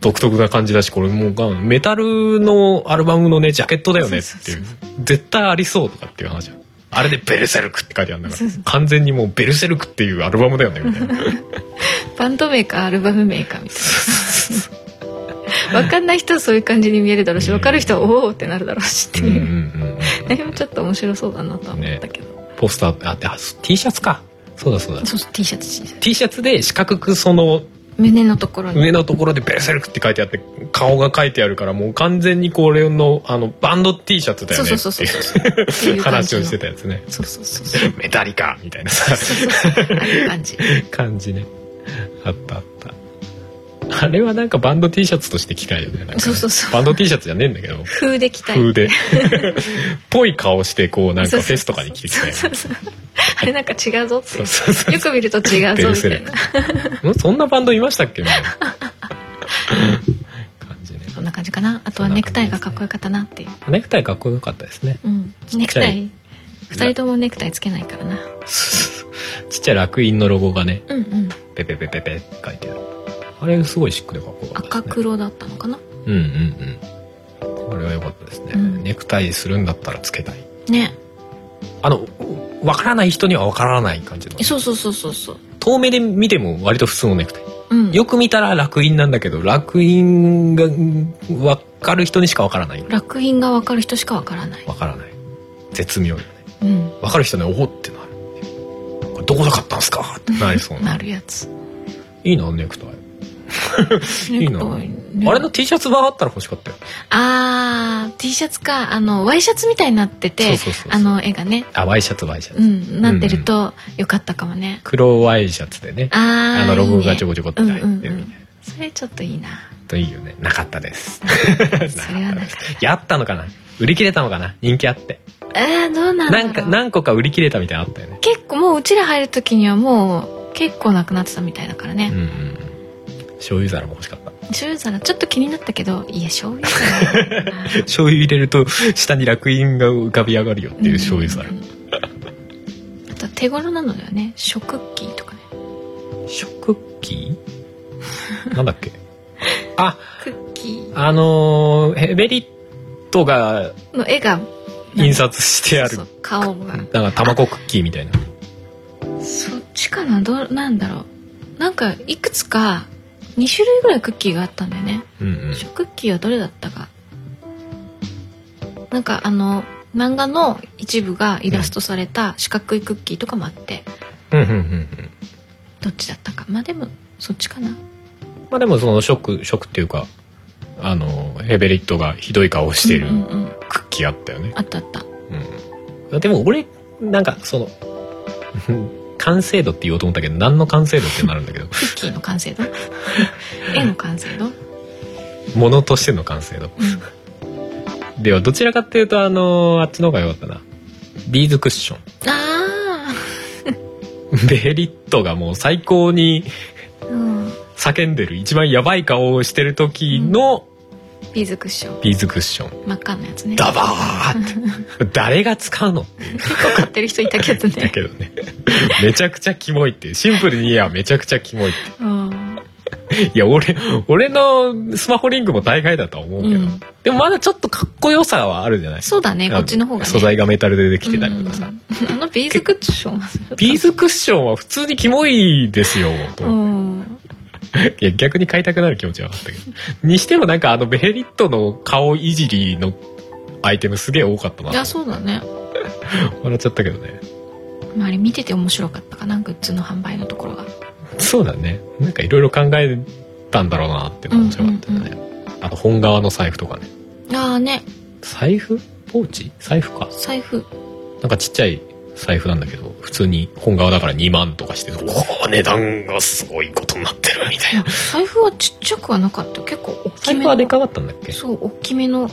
[SPEAKER 2] 独特な感じだしこれもうがメタルのアルバムのねジャケットだよねっていう
[SPEAKER 3] そう
[SPEAKER 2] 絶対ありそうとかっていう話だあれで「ベルセルク」って書いてあるんだか
[SPEAKER 3] そう
[SPEAKER 2] ら
[SPEAKER 3] そう
[SPEAKER 2] 完全にもう「ベルセルク」っていうアルバムだ よねみたいな
[SPEAKER 3] バンド名かアルバム名かみたいなわかんない人はそういう感じに見えるだろうしわかる人はおおってなるだろうしって
[SPEAKER 2] うん
[SPEAKER 3] いうう、
[SPEAKER 2] ん
[SPEAKER 3] あれもちょっと面白そうだなとは思ったけど、
[SPEAKER 2] うんポスターあであ T シャツかそうだそうだ
[SPEAKER 3] そうそう T シャツ T シャツ
[SPEAKER 2] T シャツで四角くその
[SPEAKER 3] 胸のところに
[SPEAKER 2] 上のところで「ベルセルク」って書いてあって顔が書いてあるからもう完全にこれのあのバンド T シャツだよ
[SPEAKER 3] そう
[SPEAKER 2] ね
[SPEAKER 3] そ
[SPEAKER 2] っ
[SPEAKER 3] うそうそう
[SPEAKER 2] て
[SPEAKER 3] そうってい
[SPEAKER 2] いうう
[SPEAKER 3] 感
[SPEAKER 2] 話
[SPEAKER 3] じ
[SPEAKER 2] を
[SPEAKER 3] の
[SPEAKER 2] してたやつね
[SPEAKER 3] そうそうそうそう
[SPEAKER 2] メタリカみたいなさ
[SPEAKER 3] そうそうそうああいう感じ
[SPEAKER 2] 感じねあったあったあれはなんかバンド T シャツとして着たいよねなんかね
[SPEAKER 3] そうそうそう
[SPEAKER 2] バンド T シャツじゃねえんだけど
[SPEAKER 3] 風で着たい
[SPEAKER 2] 風 でぽい顔してこうなん
[SPEAKER 3] そ
[SPEAKER 2] か
[SPEAKER 3] う
[SPEAKER 2] フ
[SPEAKER 3] そう
[SPEAKER 2] ェスとかに着てきた
[SPEAKER 3] そ
[SPEAKER 2] いう
[SPEAKER 3] そうそうあれなんか違うぞって
[SPEAKER 2] そうそうそう
[SPEAKER 3] よく見ると違うぞみたいな
[SPEAKER 2] うんそんなバンドいましたっけみた いな感じね
[SPEAKER 3] そんな感じかなあとはネクタイがかっこよかったなっていう、
[SPEAKER 2] ネクタイかっこよかったですね
[SPEAKER 3] うん、ネクタ
[SPEAKER 2] ちっ
[SPEAKER 3] イ2人ともネクタイつけないから な
[SPEAKER 2] ちっちゃい楽印のロゴがね
[SPEAKER 3] うんうん
[SPEAKER 2] ペペペペペって書いてるあれすごいシックでかっこよかった
[SPEAKER 3] 赤
[SPEAKER 2] ですね
[SPEAKER 3] 黒だったのかな
[SPEAKER 2] うんうんうんあれは良かったですね、
[SPEAKER 3] うん
[SPEAKER 2] ネクタイするんだったらつけたい
[SPEAKER 3] ね
[SPEAKER 2] あのわからない人にはわからない感じの
[SPEAKER 3] そうそうそうそうそう
[SPEAKER 2] 遠目で見ても割と普通のネクタイ
[SPEAKER 3] うん
[SPEAKER 2] よく見たら楽印なんだけど楽印がわかる人にしかわからない
[SPEAKER 3] 楽印が分かる人しか分からない
[SPEAKER 2] わからない絶妙よね
[SPEAKER 3] うん
[SPEAKER 2] わかる人ねおおってなるこれどこで買ったんすかってなりそうな
[SPEAKER 3] なるやつ
[SPEAKER 2] いいなネクタイいいな
[SPEAKER 3] ネクタイね
[SPEAKER 2] あれの T シャツがあったら欲しかったよ
[SPEAKER 3] あー T シャツかあのワイシャツみたいになってて
[SPEAKER 2] そうそうそうそう
[SPEAKER 3] あの絵がね
[SPEAKER 2] あワイシャツワイシャツ、
[SPEAKER 3] うんなってるとよかったかもね、
[SPEAKER 2] 黒ワイシャツでね
[SPEAKER 3] あー
[SPEAKER 2] あのロゴがちょ
[SPEAKER 3] い
[SPEAKER 2] こ
[SPEAKER 3] いね
[SPEAKER 2] ちょこって入ってるみたいな、
[SPEAKER 3] うんうんうんそれちょっといい な
[SPEAKER 2] といいよねなかったです
[SPEAKER 3] それはなかっ
[SPEAKER 2] やったのかな売り切れたのかな人気あって
[SPEAKER 3] たえー、どうなんだ
[SPEAKER 2] な
[SPEAKER 3] ろうん
[SPEAKER 2] か何個か売り切れたみたいなのあったよね
[SPEAKER 3] 結構もううちら入る時にはもう結構なくなってたみたいだから
[SPEAKER 2] うん
[SPEAKER 3] ね
[SPEAKER 2] うんうん醤油皿も欲しかった
[SPEAKER 3] 醤油皿ちょっと気になったけどいや醤油皿
[SPEAKER 2] 醤油入れると下に楽印が浮かび上がるよ っていう醤油皿
[SPEAKER 3] うんあと手頃なのだよね食器とかね
[SPEAKER 2] 食 器なんだっけあ
[SPEAKER 3] クッキ
[SPEAKER 2] あのーヘベリットが
[SPEAKER 3] ーの絵が
[SPEAKER 2] 印刷してある
[SPEAKER 3] そうそう顔が
[SPEAKER 2] なんか卵クッキーみたいな
[SPEAKER 3] そっちかなどうなんだろうなんかいくつか2種類ぐらいクッキーがあったんだよね、
[SPEAKER 2] うんうん
[SPEAKER 3] ショクッキーはどれだったかなんかあの漫画の一部がイラストされた四角いクッキーとかもあって
[SPEAKER 2] うんうんうんうん
[SPEAKER 3] どっちだったかまあでもそっちかな
[SPEAKER 2] まあでもその食食っていうかあのヘベリットがひどい顔をしている
[SPEAKER 3] うんうんうん
[SPEAKER 2] クッキーあったよね、
[SPEAKER 3] あったあった
[SPEAKER 2] うんでも俺なんかその うん完成度って言おうと思ったけど何の完成度ってなるんだけど
[SPEAKER 3] クッキーの完成度絵の完成度、うん
[SPEAKER 2] ものとしての完成度ではどちらかっていうとあのあっちの方が良かったなビーズクッション
[SPEAKER 3] あ
[SPEAKER 2] ベリットがもう最高に
[SPEAKER 3] あ、うん、
[SPEAKER 2] 叫んでる一番やばい顔をしてる時の
[SPEAKER 3] ビーズクッション
[SPEAKER 2] ビーズクッション、
[SPEAKER 3] 真っ赤なやつね
[SPEAKER 2] ダバーって 誰が使うのって
[SPEAKER 3] 結構買ってる人いたけど
[SPEAKER 2] 言った
[SPEAKER 3] ね
[SPEAKER 2] けどね めちゃくちゃキモいってシンプルに言えばめちゃくちゃキモいっ
[SPEAKER 3] うん
[SPEAKER 2] ていや俺俺のスマホリングも大概だとは思うけど、
[SPEAKER 3] うん
[SPEAKER 2] でもまだちょっとかっこよさはあるじゃない
[SPEAKER 3] そうだねこっちの方が、ね、
[SPEAKER 2] 素材がメタルでできてたりとかさ、
[SPEAKER 3] うんあのビーズクッションは
[SPEAKER 2] ビーズクッションは普通にキモいですよと思って
[SPEAKER 3] うん
[SPEAKER 2] いや、逆に買いたくなる気持ちはあったけど。にしてもなんかあのベヘリットの顔いじりのアイテムすげえ多かった
[SPEAKER 3] いや
[SPEAKER 2] な。
[SPEAKER 3] そうだね
[SPEAKER 2] 笑っちゃったけどね。
[SPEAKER 3] まああれ見てて面白かったかなグッズの販売のところが
[SPEAKER 2] そうだね。なんかいろいろ考えたんだろうなっていうのが面白かったよね。あと本革の財布とかね。
[SPEAKER 3] ああね
[SPEAKER 2] 財布ポーチ財布か。
[SPEAKER 3] 財布
[SPEAKER 2] なんかちっちゃい財布なんだけど、普通に本革だから2万とかして、おお、値段がすごいことになってるみたいな。
[SPEAKER 3] 財布はちっちゃくはなかった結構大き
[SPEAKER 2] 財
[SPEAKER 3] め
[SPEAKER 2] 布
[SPEAKER 3] の
[SPEAKER 2] はでかかったんだっけ
[SPEAKER 3] そう大きめの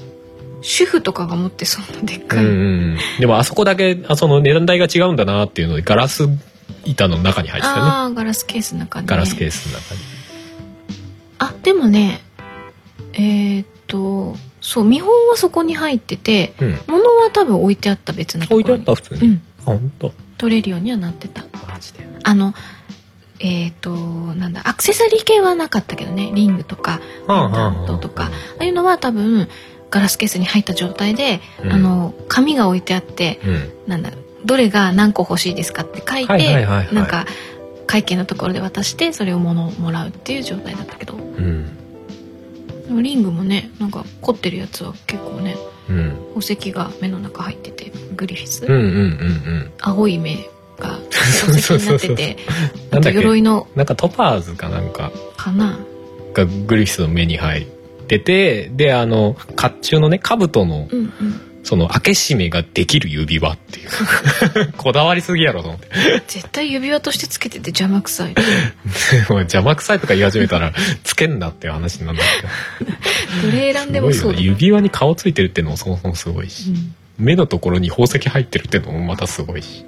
[SPEAKER 3] 主婦とかが持ってそんなでっ
[SPEAKER 2] う
[SPEAKER 3] か
[SPEAKER 2] ん
[SPEAKER 3] い、
[SPEAKER 2] うんうん、でもあそこだけあその値段帯が違うんだなっていうのでガラス板の中に入ってたね
[SPEAKER 3] ああガラスケースの中で、ね、
[SPEAKER 2] ガラスケ
[SPEAKER 3] ース
[SPEAKER 2] ースの中に
[SPEAKER 3] あでもねえー、っとそう見本はそこに入ってて
[SPEAKER 2] うん
[SPEAKER 3] 物は多分置いてあった別のとこ
[SPEAKER 2] 置
[SPEAKER 3] ろ
[SPEAKER 2] いてあっ
[SPEAKER 3] に
[SPEAKER 2] た普通に、
[SPEAKER 3] うん
[SPEAKER 2] あ本当
[SPEAKER 3] 取れるようにはなってた
[SPEAKER 2] マジで
[SPEAKER 3] あのえっ、となんだアクセサリー系はなかったけどねリングとかペンダントとかああいうのは多分ガラスケースに入った状態で、
[SPEAKER 2] うん
[SPEAKER 3] あの紙が置いてあって
[SPEAKER 2] うん
[SPEAKER 3] なんだどれが何個欲しいですかって書いて、
[SPEAKER 2] はいはいはいはい
[SPEAKER 3] なんか会計のところで渡してそれを物をもらうっていう状態だったけど
[SPEAKER 2] うん
[SPEAKER 3] でもリングもねなんか凝ってるやつは結構ね
[SPEAKER 2] うん
[SPEAKER 3] 宝石が目の中入っててグリフィス、
[SPEAKER 2] うんうんうんうん
[SPEAKER 3] 青い目が宝石になってて
[SPEAKER 2] なんだ
[SPEAKER 3] あと
[SPEAKER 2] っけ
[SPEAKER 3] 鎧の
[SPEAKER 2] なんかトパーズかなんか
[SPEAKER 3] かな
[SPEAKER 2] がグリフィスの目に入っててであの甲冑のね兜の
[SPEAKER 3] うんうん
[SPEAKER 2] その開け閉めができる指輪っていう こだわりすぎやろと思って
[SPEAKER 3] 絶対指輪としてつけてて邪魔くさい
[SPEAKER 2] お前邪魔くさいとか言い始め たらつけんなっていう話になるんだ
[SPEAKER 3] どれ選
[SPEAKER 2] け
[SPEAKER 3] ん
[SPEAKER 2] ど
[SPEAKER 3] でも
[SPEAKER 2] す
[SPEAKER 3] そ
[SPEAKER 2] ごい
[SPEAKER 3] うだ
[SPEAKER 2] よね指輪に顔ついてるっていうのもそもそもすごいし、
[SPEAKER 3] うん
[SPEAKER 2] 目のところに宝石入ってるっていうのもまたすごいし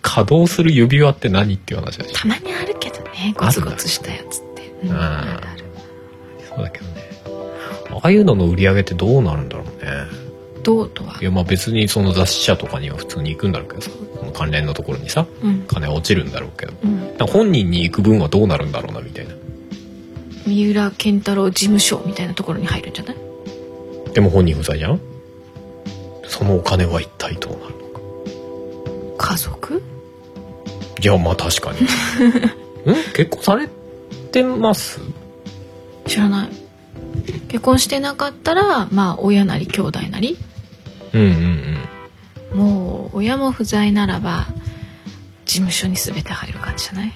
[SPEAKER 2] 稼働する指輪って何っていう話だし、
[SPEAKER 3] たまにあるけどねゴツゴツしたやつってうん
[SPEAKER 2] あ
[SPEAKER 3] ある
[SPEAKER 2] ー
[SPEAKER 3] ある
[SPEAKER 2] そうだけどねああいうのの売り上げってどうなるんだろうね
[SPEAKER 3] どうとはい
[SPEAKER 2] やまあ別にその雑誌社とかには普通に行くんだろうけどさその関連のところにさ
[SPEAKER 3] うん
[SPEAKER 2] 金は落ちるんだろうけど
[SPEAKER 3] うん
[SPEAKER 2] なんか本人に行く分はどうなるんだろうなみたいな
[SPEAKER 3] 三浦健太郎事務所みたいなところに入るんじゃない
[SPEAKER 2] でも本人不在じゃんそのお金は一体どうなるのか
[SPEAKER 3] 家族
[SPEAKER 2] いやまあ確かにん結婚されてます
[SPEAKER 3] 知らない結婚してなかったらまあ親なり兄弟なり
[SPEAKER 2] うんうんうん
[SPEAKER 3] もう親も不在ならば事務所に全て入る感じじゃない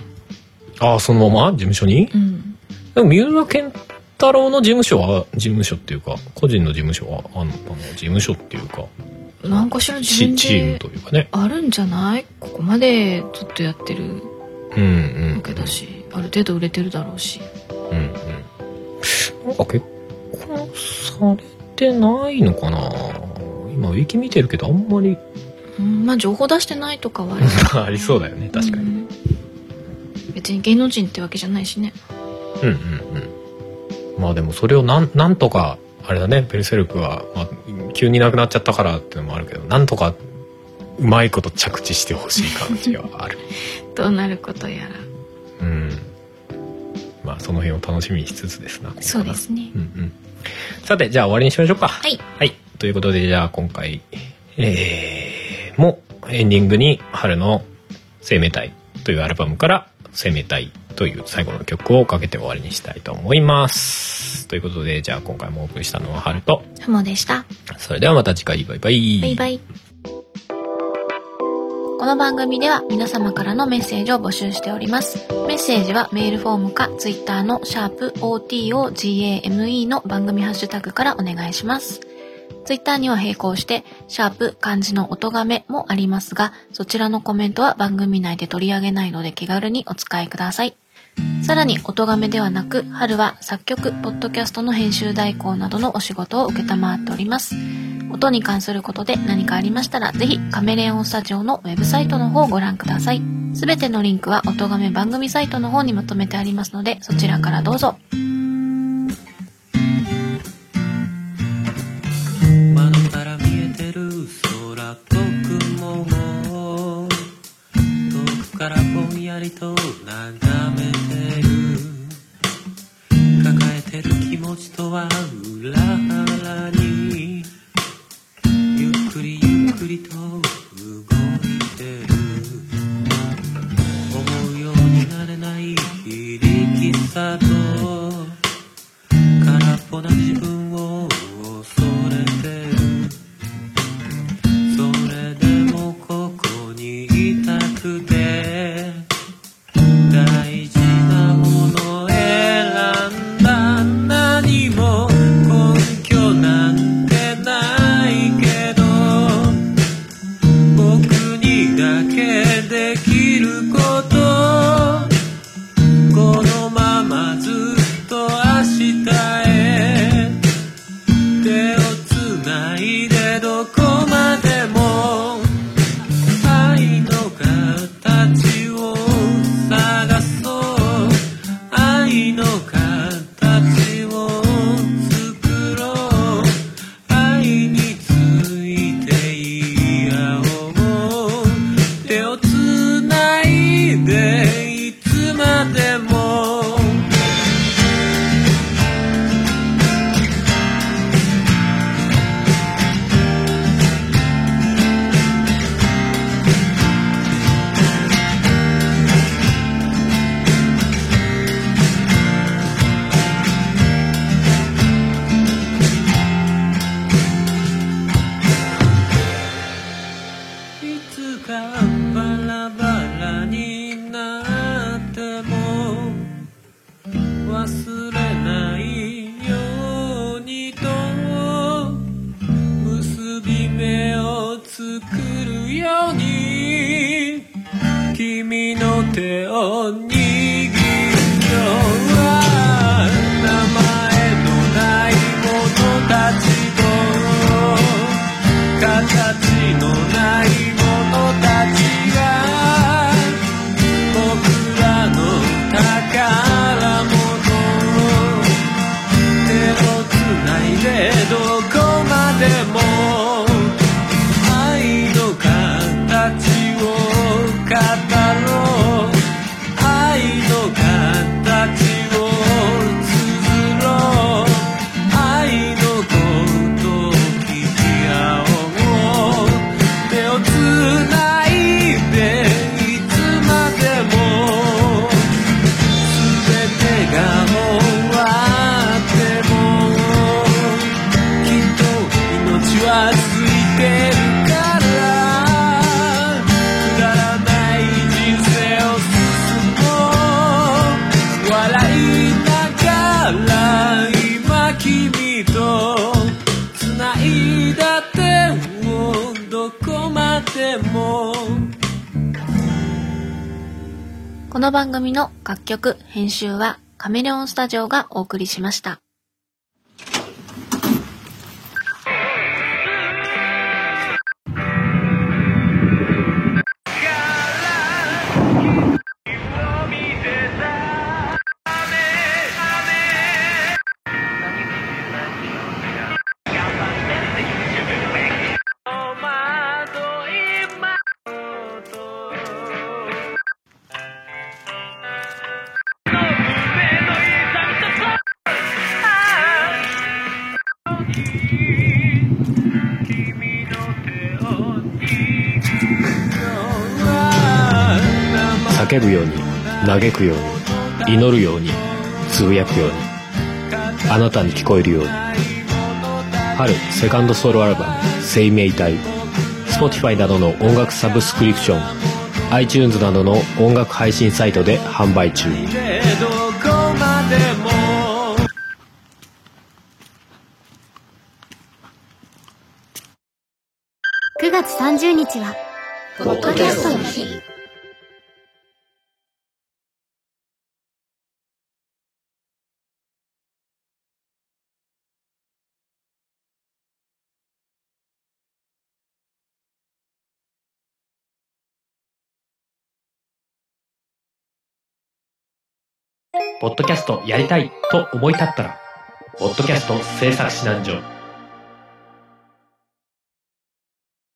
[SPEAKER 2] ああそのまま事務所に
[SPEAKER 3] うん
[SPEAKER 2] でも三浦健太郎の事務所は事務所っていうか個人の事務所はあのあの事務所っていうか
[SPEAKER 3] 何かしら自
[SPEAKER 2] チ
[SPEAKER 3] 分
[SPEAKER 2] チーム
[SPEAKER 3] で
[SPEAKER 2] というかね
[SPEAKER 3] あるんじゃないここまでずっとやってる
[SPEAKER 2] うんう
[SPEAKER 3] わ
[SPEAKER 2] ん
[SPEAKER 3] けだしある程度売れてるだろうし
[SPEAKER 2] うんうんなんか結婚されてないのかな今ウィキ見てるけどあんまり
[SPEAKER 3] うんまあ情報出してないとかはある
[SPEAKER 2] ありそうだよね確かに
[SPEAKER 3] うん別に芸能人ってわけじゃないしね
[SPEAKER 2] うんうんうんまあでもそれをなんなんとかあれだねベルセルクは、まあ、急になくなっちゃったからっていうのもあるけどなんとかうまいこと着地してほしい感じは ある
[SPEAKER 3] どうなることやら
[SPEAKER 2] うんまあその辺を楽しみにしつつですな
[SPEAKER 3] そうですね
[SPEAKER 2] うんうんさてじゃあ終わりにしましょうかはいはいということでじゃあ今回えー、もエンディングに春の「生命体」というアルバムから「生命体」という最後の曲をかけて終わりにしたいと思いますということでじゃあ今回もお送りしたのは春と
[SPEAKER 3] ハモでした
[SPEAKER 2] それではまた次回バイバイ
[SPEAKER 3] バイバイ。この番組では皆様からのメッセージを募集しております。メッセージはメールフォームか Twitter のシャープ o t o g a m e の番組ハッシュタグからお願いします。Twitter には並行して、シャープ漢字の音がめもありますが、そちらのコメントは番組内で取り上げないので気軽にお使いください。さらに、音がめではなく、春は作曲、ポッドキャストの編集代行などのお仕事を受けたまわっております。音に関することで何かありましたら、ぜひカメレオンスタジオのウェブサイトの方をご覧ください。すべてのリンクは音亀番組サイトの方にまとめてありますので、そちらからどうぞ。
[SPEAKER 4] 窓から見えてる空と雲を遠くからぼんやりと眺めてる抱えてる気持ちとは裏腹にゆっくりゆっくりと動いてる思うようになれない非力さと空っぽな自分を恐れてるそれでもここにいたくて大事なもの選んだ何も根拠なんてないけど僕にだけできることこのままずっと明日へよ人形は名前のない者たちと形のない者たちが僕らの宝物手をつないでどこまでも愛の形を語ろう愛の形を綴ろう愛のことを聞き合おう手をつないでいつまでも「すべてが終わっても」「きっと命はついてるから」「くだらない人生を進もう」「笑いながら今君とつないだ手をどこまでも」
[SPEAKER 5] この番組の楽曲、編集はカメレオンスタジオがお送りしました。
[SPEAKER 1] 叫ぶように嘆くように祈るようにつぶやくようにあなたに聞こえるように春セカンドソロアルバム「生命体」Spotify などの音楽サブスクリプション iTunes などの音楽配信サイトで販売中
[SPEAKER 4] 「どこまでも」
[SPEAKER 6] 9月30日は、ポッドキャストの日。
[SPEAKER 1] ポッドキャストやりたいと思い立ったら「ポッドキャスト制作指南所」